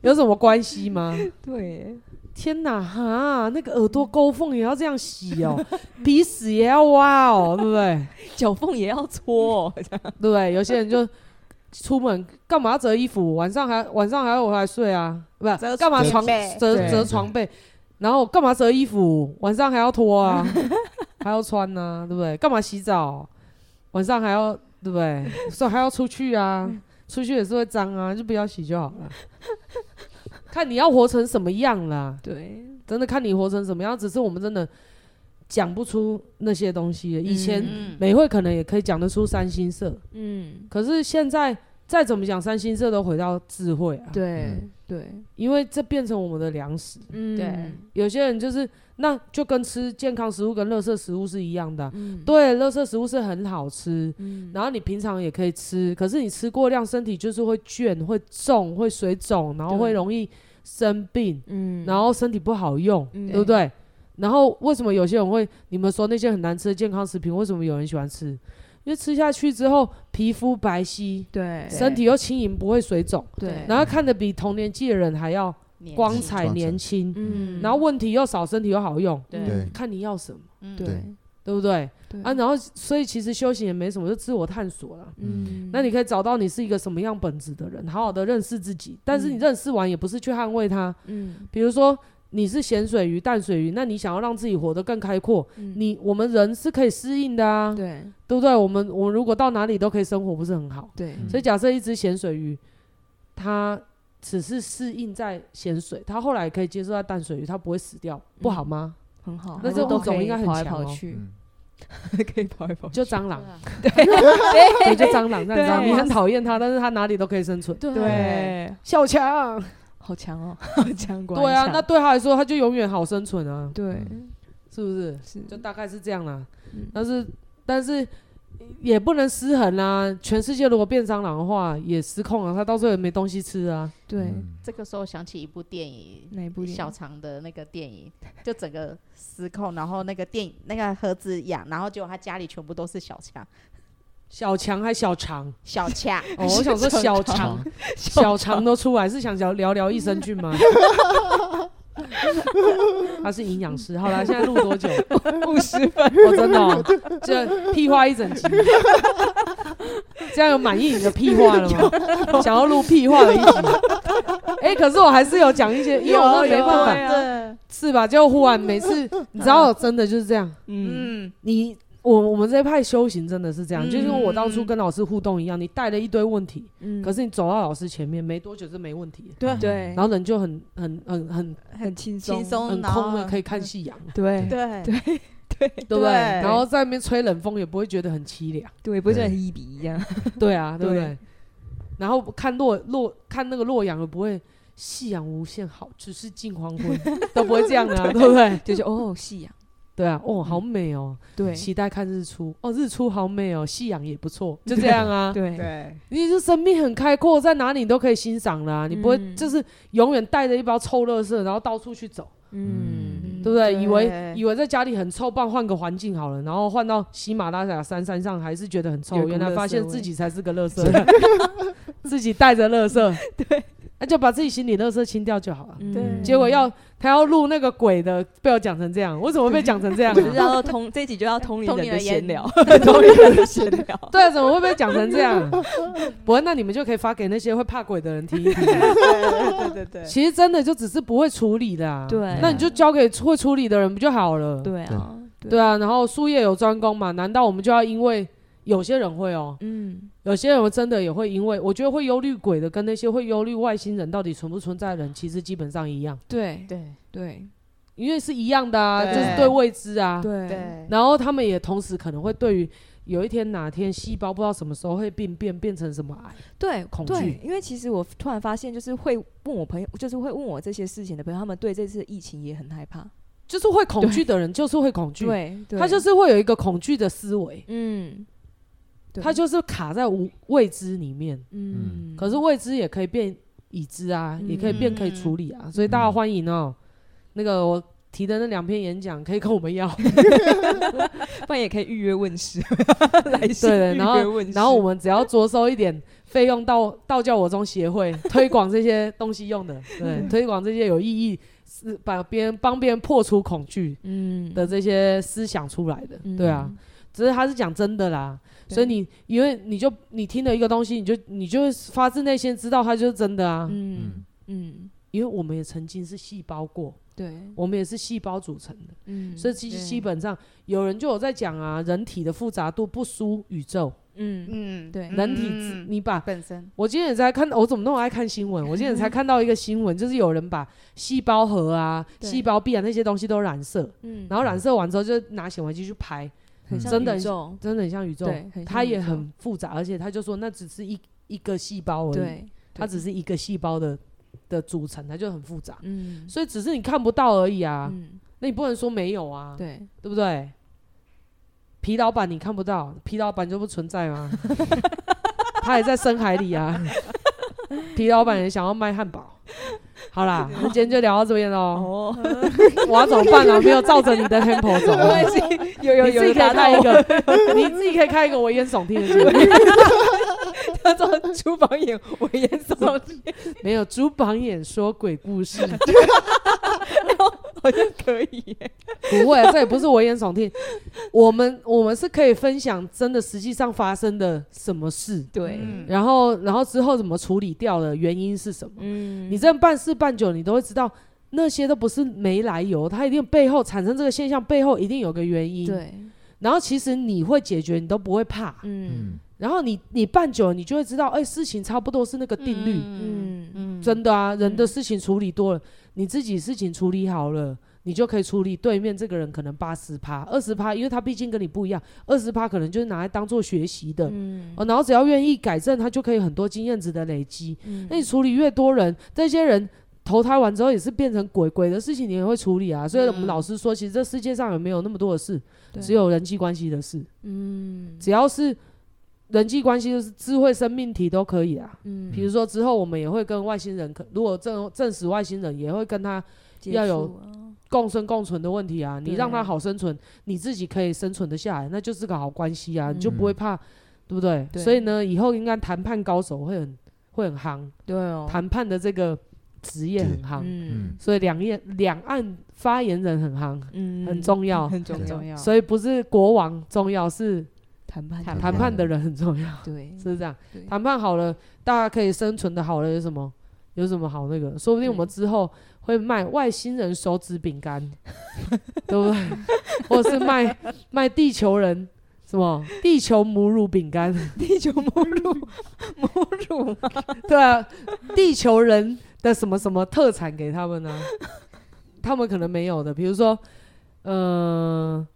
A: 有什么关系吗？
B: 对，
A: 天哪，哈，那个耳朵沟缝也要这样洗哦，鼻屎也要挖哦，对不对？
B: 脚缝也要搓哦，这样
A: 对不对？有些人就出门干嘛要折衣服？晚上还晚上还要回来睡啊？不是，
D: 折
A: 干嘛
D: 床
A: 床
D: 被
A: 折
B: 对
A: 折床被？然后干嘛折衣服？晚上还要脱啊， *laughs* 还要穿呢、对不对？干嘛洗澡？晚上还要对不对？所以还要出去啊，出去也是会脏啊，就不要洗就好了。 *laughs* 看你要活成什么样啦，
B: 对，
A: *laughs* 真的看你活成什么样。只是我们真的讲不出那些东西了。以前
D: 嗯
A: 美惠可能也可以讲得出三星色，
B: 嗯
A: 可是现在再怎么讲，三星色都回到智慧啊。
B: 对，对，
A: 因为这变成我们的粮食。
F: 嗯
D: 对
A: 有些人就是那就跟吃健康食物跟垃圾食物是一样的啊、
F: 嗯，
A: 对，垃圾食物是很好吃，
F: 嗯
A: 然后你平常也可以吃，可是你吃过量，身体就是会倦、会重、会水肿，然后会
F: 对
A: 容易生病，
F: 嗯
A: 然后身体不好用，
F: 嗯
A: 对不对？然后为什么有些人会你们说那些很难吃的健康食品，为什么有人喜欢吃？因为吃下去之后皮肤白皙，
F: 对
A: 身体又轻盈，不会水肿，
F: 对，
A: 然后看得比同年纪的人还要光彩
E: 光彩
A: 年轻，
F: 嗯
A: 然后问题又少，身体又好用，
E: 对
A: 看你要什么，
B: 嗯
E: 对
F: 对
A: 对不对？
F: 对
A: 啊，然后所以其实修行也没什么，就自我探索了。
F: 嗯，
A: 那你可以找到你是一个什么样本质的人，好好的认识自己。但是你认识完也不是去捍卫它，
F: 嗯
A: 比如说你是咸水鱼、淡水鱼，那你想要让自己活得更开阔，
F: 嗯
A: 你我们人是可以适应的啊，
F: 对
A: 对不对？我们我们如果到哪里都可以生活，不是很好？
F: 对
A: 所以假设一只咸水鱼，它只是适应在咸水，它后来可以接受在淡水鱼，它不会死掉，不好吗？
B: 很好，
A: 那
B: 它
A: 这
B: 都
A: 物种
B: 可以
A: 应该很
B: 跑来
A: 强
B: 跑
A: 哦
B: 去，
E: 嗯
B: *laughs* 可以跑来跑去，
A: 就蟑
D: *laughs*
A: 螂，
D: 啊
A: 对，
B: 对
A: 就蟑螂这样子啊。
B: 对
A: 你很讨厌它，但是它哪里都可以生存。
F: 对，
A: 小强，
B: 好强哦，好强， *laughs* 果
A: 对
B: 然
A: 啊，
B: 强
A: 那对它来说，它就永远好生存啊，
B: 对
A: 是不是？
B: 是
A: 就大概是这样啦。
B: 嗯
A: 但是，但是。也不能失衡啊！全世界如果变蟑螂的话，也失控啊！它到时候也没东西吃啊！
B: 对
E: 嗯
D: 这个时候想起一部电影，
A: 嗯
B: 哪一部电影
D: 小长的那个电影，就整个失控，然后那个电影那个盒子养，然后结果他家里全部都是小强，
A: 小强还小肠， *laughs*
D: 小恰， *laughs*
A: 哦，我想说小肠
E: 肠，
A: 小肠都出来，是想聊聊聊益生菌吗？他是营养师。好啦，现在录多久？
B: 五十分，
A: 我、真的、哦，这屁话一整集，这样有满意你的屁话了吗？想要录屁话的一集？哎、可是我还是有讲一些，因为我那没办法，
D: 法，
A: 是吧？就忽然每次，你知道，真的就是这样。
B: 嗯，
D: 嗯，
A: 你我我们这一派修行真的是这样，
D: 嗯
A: 就跟我当初跟老师互动一样，你带了一堆问题，
F: 嗯
A: 可是你走到老师前面没多久就没问题了，
F: 对
B: 对
A: 然，后人就很很很很
B: 很嗯轻松，
D: 轻，松，
A: 很
D: 然
A: 哎空啊
D: 后
A: 的可以看夕阳，
B: 对
D: 对
B: 对
A: 对不对？
D: 对
A: 然后在那边吹冷风也不会觉得很凄 *laughs* 凉，
B: 对，不是很一比一 *laughs* 样，
A: 对啊，对不
B: 对
A: 对？然后看洛洛看那个洛阳也不会夕阳无限好，只是近黄 *laughs* 昏都不会这样的、啊，对不对？
B: *laughs* 就是哦，夕阳，
A: 对啊，哦，好美哦，
B: 对
A: 期待看日出，哦，日出好美哦，夕阳也不错， *laughs* 就这样啊，
B: *laughs* 对
F: 对
A: 你就生命很开阔，在哪里你都可以欣赏啦、你不会
B: 嗯
A: 就是永远带着一包臭垃圾，然后到处去走，
B: 嗯，
A: 对不对？
D: 对
A: 以为以为在家里很臭，不然换个环境好了，然后换到喜马拉雅山山上还是觉得很
B: 有
A: 臭，
B: 股
A: 原来发现
B: 垃圾味
A: 自己才是个垃圾 *laughs* 人，
B: *laughs*
A: 自己带着垃圾，对，那就把自己心里垃圾清掉就好了。
B: 嗯
A: 结果要他要录那个鬼的，被我讲成这样，为什么被讲成
B: *laughs*
A: 这样
B: 我就
A: 啊？
B: 要通这一集就要通灵
D: 通
B: 人
D: 灵
B: 的
D: 人
B: 闲
D: 言
B: 聊， *laughs* 通灵人的闲聊，
A: 对啊，怎么会被讲成这样？ *laughs* 不会，那你们就可以发给那些会怕鬼的人听一听。
D: *laughs*
F: 对对对，
A: 其实真的就只是不会处理的、啊，
B: 对
A: 那你就交给会处理的人不就好了？
B: 对啊，
A: 对，啊，然后术业有专攻嘛，难道我们就要因为有些人会哦，
B: 嗯，
A: 有些人真的也会因为，我觉得会忧虑鬼的跟那些会忧虑外星人到底存不存在的人，其实基本上一样，
B: 对
D: 对
B: 对
A: 因为是一样的啊，
D: 对
A: 就是对未知啊，
B: 对
D: 对，
A: 然后他们也同时可能会对于有一天哪天细胞不知道什么时候会病变变成什么癌，
B: 对，
A: 恐
B: 对
A: 惧
B: 因为其实我突然发现，就是会问我朋友，就是会问我这些事情的朋友，他们对这次疫情也很害怕。
A: 就是会恐惧的人就是会恐惧，
B: 对，对
A: 他就是会有一个恐惧的思维，
B: 嗯，对
A: 他就是卡在无未知里面。
B: 嗯，
A: 可是未知也可以变已知啊，也可以变可以处理
B: 嗯
A: 啊，所以大家欢迎哦。那个我提的那两篇演讲可以跟我们
B: *laughs*
A: 要，
B: 不然也可以预约
A: *laughs*
B: 问世，来信
A: 对的。
B: 预
A: 然后
B: 约问世
A: 然后我们只要着收一点费用到道教我宗协会推广这些东西用的，对，
B: 嗯
A: 推广这些有意义，是把别人帮别人破除恐惧
B: 嗯
A: 的这些思想出来的，
B: 嗯
A: 对啊。只是他是讲真的啦，
B: 对
A: 所以你因为你就你听了一个东西，你就你就发自内心知道它就是真的啊，
B: 嗯嗯，
A: 因为我们也曾经是细胞过，
B: 对，
A: 我们也是细胞组成的，
B: 嗯，
A: 所以基
B: 对
A: 基本上有人就有在讲啊，人体的复杂度不输宇宙，
B: 嗯
D: 嗯
B: 对
A: 人体自
D: 嗯
A: 你把。
D: 本身
A: 我今天也在看，我怎么那么爱看新闻？我今天也才看到一个新
B: *laughs*
A: 闻，就是有人把细胞核啊、
B: 对
A: 细胞壁啊那些东西都染色，
B: 嗯，
A: 然后染色完之后就拿显微镜去拍，
B: 很像
A: 真的
B: 宇宙
A: 真的很像宇宙
B: 对，很像
A: 它也
B: 宇宙
A: 很复杂，而且他就说那只是一一个细胞而已，
B: 对，
A: 它只是一个细胞的的组成，它就很复杂，
B: 嗯
A: 所以只是你看不到而已啊。
B: 嗯，
A: 那你不能说没有啊， *laughs*
B: 对，
A: 对不对？皮老板你看不到，皮老板就不存在 *laughs* 吗？他也在深海里啊。皮老板也想要卖汉堡。好 *laughs* 啦，那今天就聊到这边喽。
B: 哦，
A: *laughs* 我要怎么办啊呢？没有照着你的 tempo *laughs* 走
B: 没
A: 啊。
B: 关系，有有
A: 你自
B: 有
A: 己
B: 有
A: 可以
B: 达到
A: 开一
B: 我
A: 个， *laughs* 你自己可以开一个危言耸听的节 *laughs* 目。
B: 叫做厨房演我演什么？
A: 没有，朱榜眼说鬼故事，
B: 好像可以耶，
A: 不会，这也不是危言耸听。我们我们是可以分享真的实际上发生的什么事，
B: 对，
D: 嗯
A: 然后然后之后怎么处理掉的原因是什么。
B: 嗯
A: 你这样办事办久，你都会知道那些都不是没来由，它一定背后产生这个现象背后一定有个原因。，
B: 对，
A: 然后其实你会解决，你都不会怕。
B: 嗯
E: 嗯，
A: 然后你你办久了，你就会知道，哎、事情差不多是那个定律。
D: 嗯
B: 嗯
D: 嗯
A: 真的啊，人的事情处理多了，你自己事情处理好了，你就可以处理对面这个人可能八十趴、二十趴，因为他毕竟跟你不一样，二十趴可能就是拿来当做学习的。
B: 嗯
A: 哦，然后只要愿意改正，他就可以很多经验值的累积。
B: 嗯
A: 那你处理越多人，这些人投胎完之后也是变成鬼鬼的事情，你也会处理啊。所以我们老师说，其实这世界上也没有那么多的事，
B: 嗯对
A: 只有人际关系的事。
B: 嗯
A: 只要是人际关系，就是智慧生命体都可以啊。
B: 嗯
A: 比如说之后我们也会跟外星人，可如果证证实外星人，也会跟他
B: 结
A: 要有
B: 束啊
A: 共生共存的问题啊。你
B: 对
A: 让他好生存，你自己可以生存的下来，那就是个好关系啊，你就不会怕，对不对？
B: 对
A: 所以呢，以后应该谈判高手会很会很夯，
B: 对哦，
A: 谈判的这个职业很夯，
B: 嗯
A: 所以两岸两岸发言人很夯，
B: 嗯
A: 哦很重要。
F: 很重
E: 对
F: 重要。
A: 所以不是国王重要，是
B: 谈判
E: 谈
A: 谈判的人很重要，
B: 对
A: 是不是这样
B: 对。
A: 谈判好了，大家可以生存的好了，有什么有什么好那个？说不定我们之后会卖外星人手指饼干，对不对？ *laughs* 或者是卖卖地球人什么地球母乳饼干？
B: 地球母
A: *laughs*
B: 乳母乳吗？
A: 对啊，地球人的什么什么特产给他们呢、 *laughs* 他们可能没有的，比如说，呃，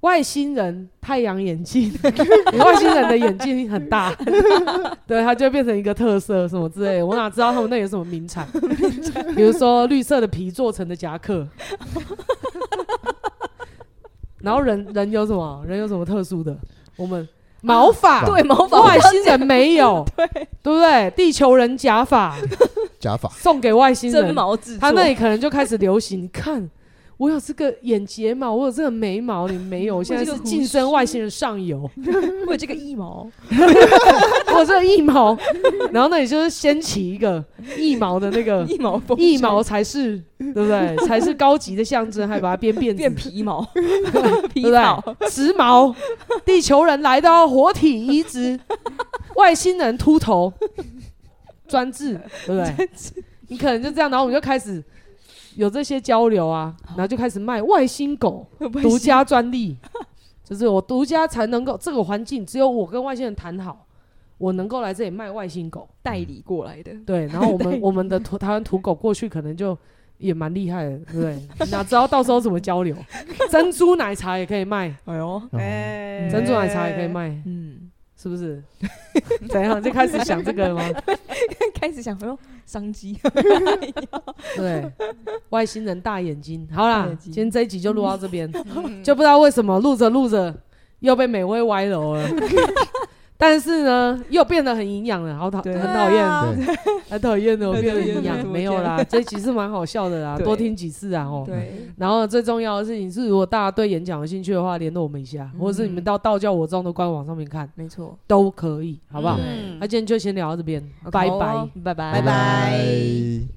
A: 外星人太阳眼镜， *laughs* 外星人的眼镜很大， *laughs* 对，它就变成一个特色什么之类的。我哪知道他们那有什么名产？比如说绿色的皮做成的夹 *laughs* 克。然后人人有什么？人有什么特殊的？我们毛发，
B: 对，毛发
A: 外星人没有，
B: *laughs*
A: 对不对？地球人假发
E: 假发
A: 送给外星
B: 真
A: 人，
B: 毛制作，
A: 他那里可能就开始流行。你看，我有这个眼睫毛，我有这个眉毛，你没
B: *laughs*
A: 有，我现在
B: 这个
A: 是
B: 胡
A: 晋升外星人上游，
B: 我有这个腋毛，
A: 我这个腋毛， *laughs* 然后那里就是掀起一个腋毛的那个。
B: *laughs* 腋毛风
A: 腋
B: 筝
A: 嗯毛才是对不对？才是高级的象征，还把它编辫子，
B: *laughs* 变皮毛，
A: *laughs*
B: 皮
A: 对
B: 草
A: 不，对？植毛，地球人来到活体移 *laughs* 植，外星人秃头，专制，对不对？你可能就这样，然后我们就开始有这些交流啊，然后就开始卖外星狗独家专利，就是我独家才能够这个环境，只有我跟外星人谈好，我能够来这里卖外星狗。
B: 代理过来的，
A: *laughs* 对，然后我们我们的土台湾土狗过去可能就也蛮厉害的，对不对？哪知道到时候怎么 *laughs* 交流？珍珠奶茶也可以卖。
B: 哎呦，
F: 哎
A: 珍珠奶茶也可以卖，
B: 嗯， *laughs*
A: 是不是？ *laughs* 怎样就开始想这个了吗？
B: 开始想，哎呦，商机，
A: *laughs* 对，外星人大眼睛。嗯好啦
B: 大，眼睛
A: 今天这一集就录到这边， *laughs* 就不知道为什么录着录着又被美味歪楼 *laughs* 了。但是呢，又变得很营养了，好讨很
B: 对
A: 讨
D: 啊
A: 厌，
E: 对，
A: 啊很讨厌的，我
F: 很
A: 变得
F: 讨厌
A: 营
F: 怎
A: 养
F: 么
A: 没有啦，这一集是蛮好笑的啦，
F: 对
A: 多听几次啊哦。
F: 对，
A: 然后最重要的事情是，如果大家对演讲有兴趣的话，联络我们一下，或者是你们到道教我宗的官网上面看
B: 没错，
A: 都可以，好不好？
D: 嗯
A: 那今天就先聊到这边，
B: OK
A: 拜
B: 好
A: 拜
B: 哦。拜拜
D: 拜拜
E: 拜。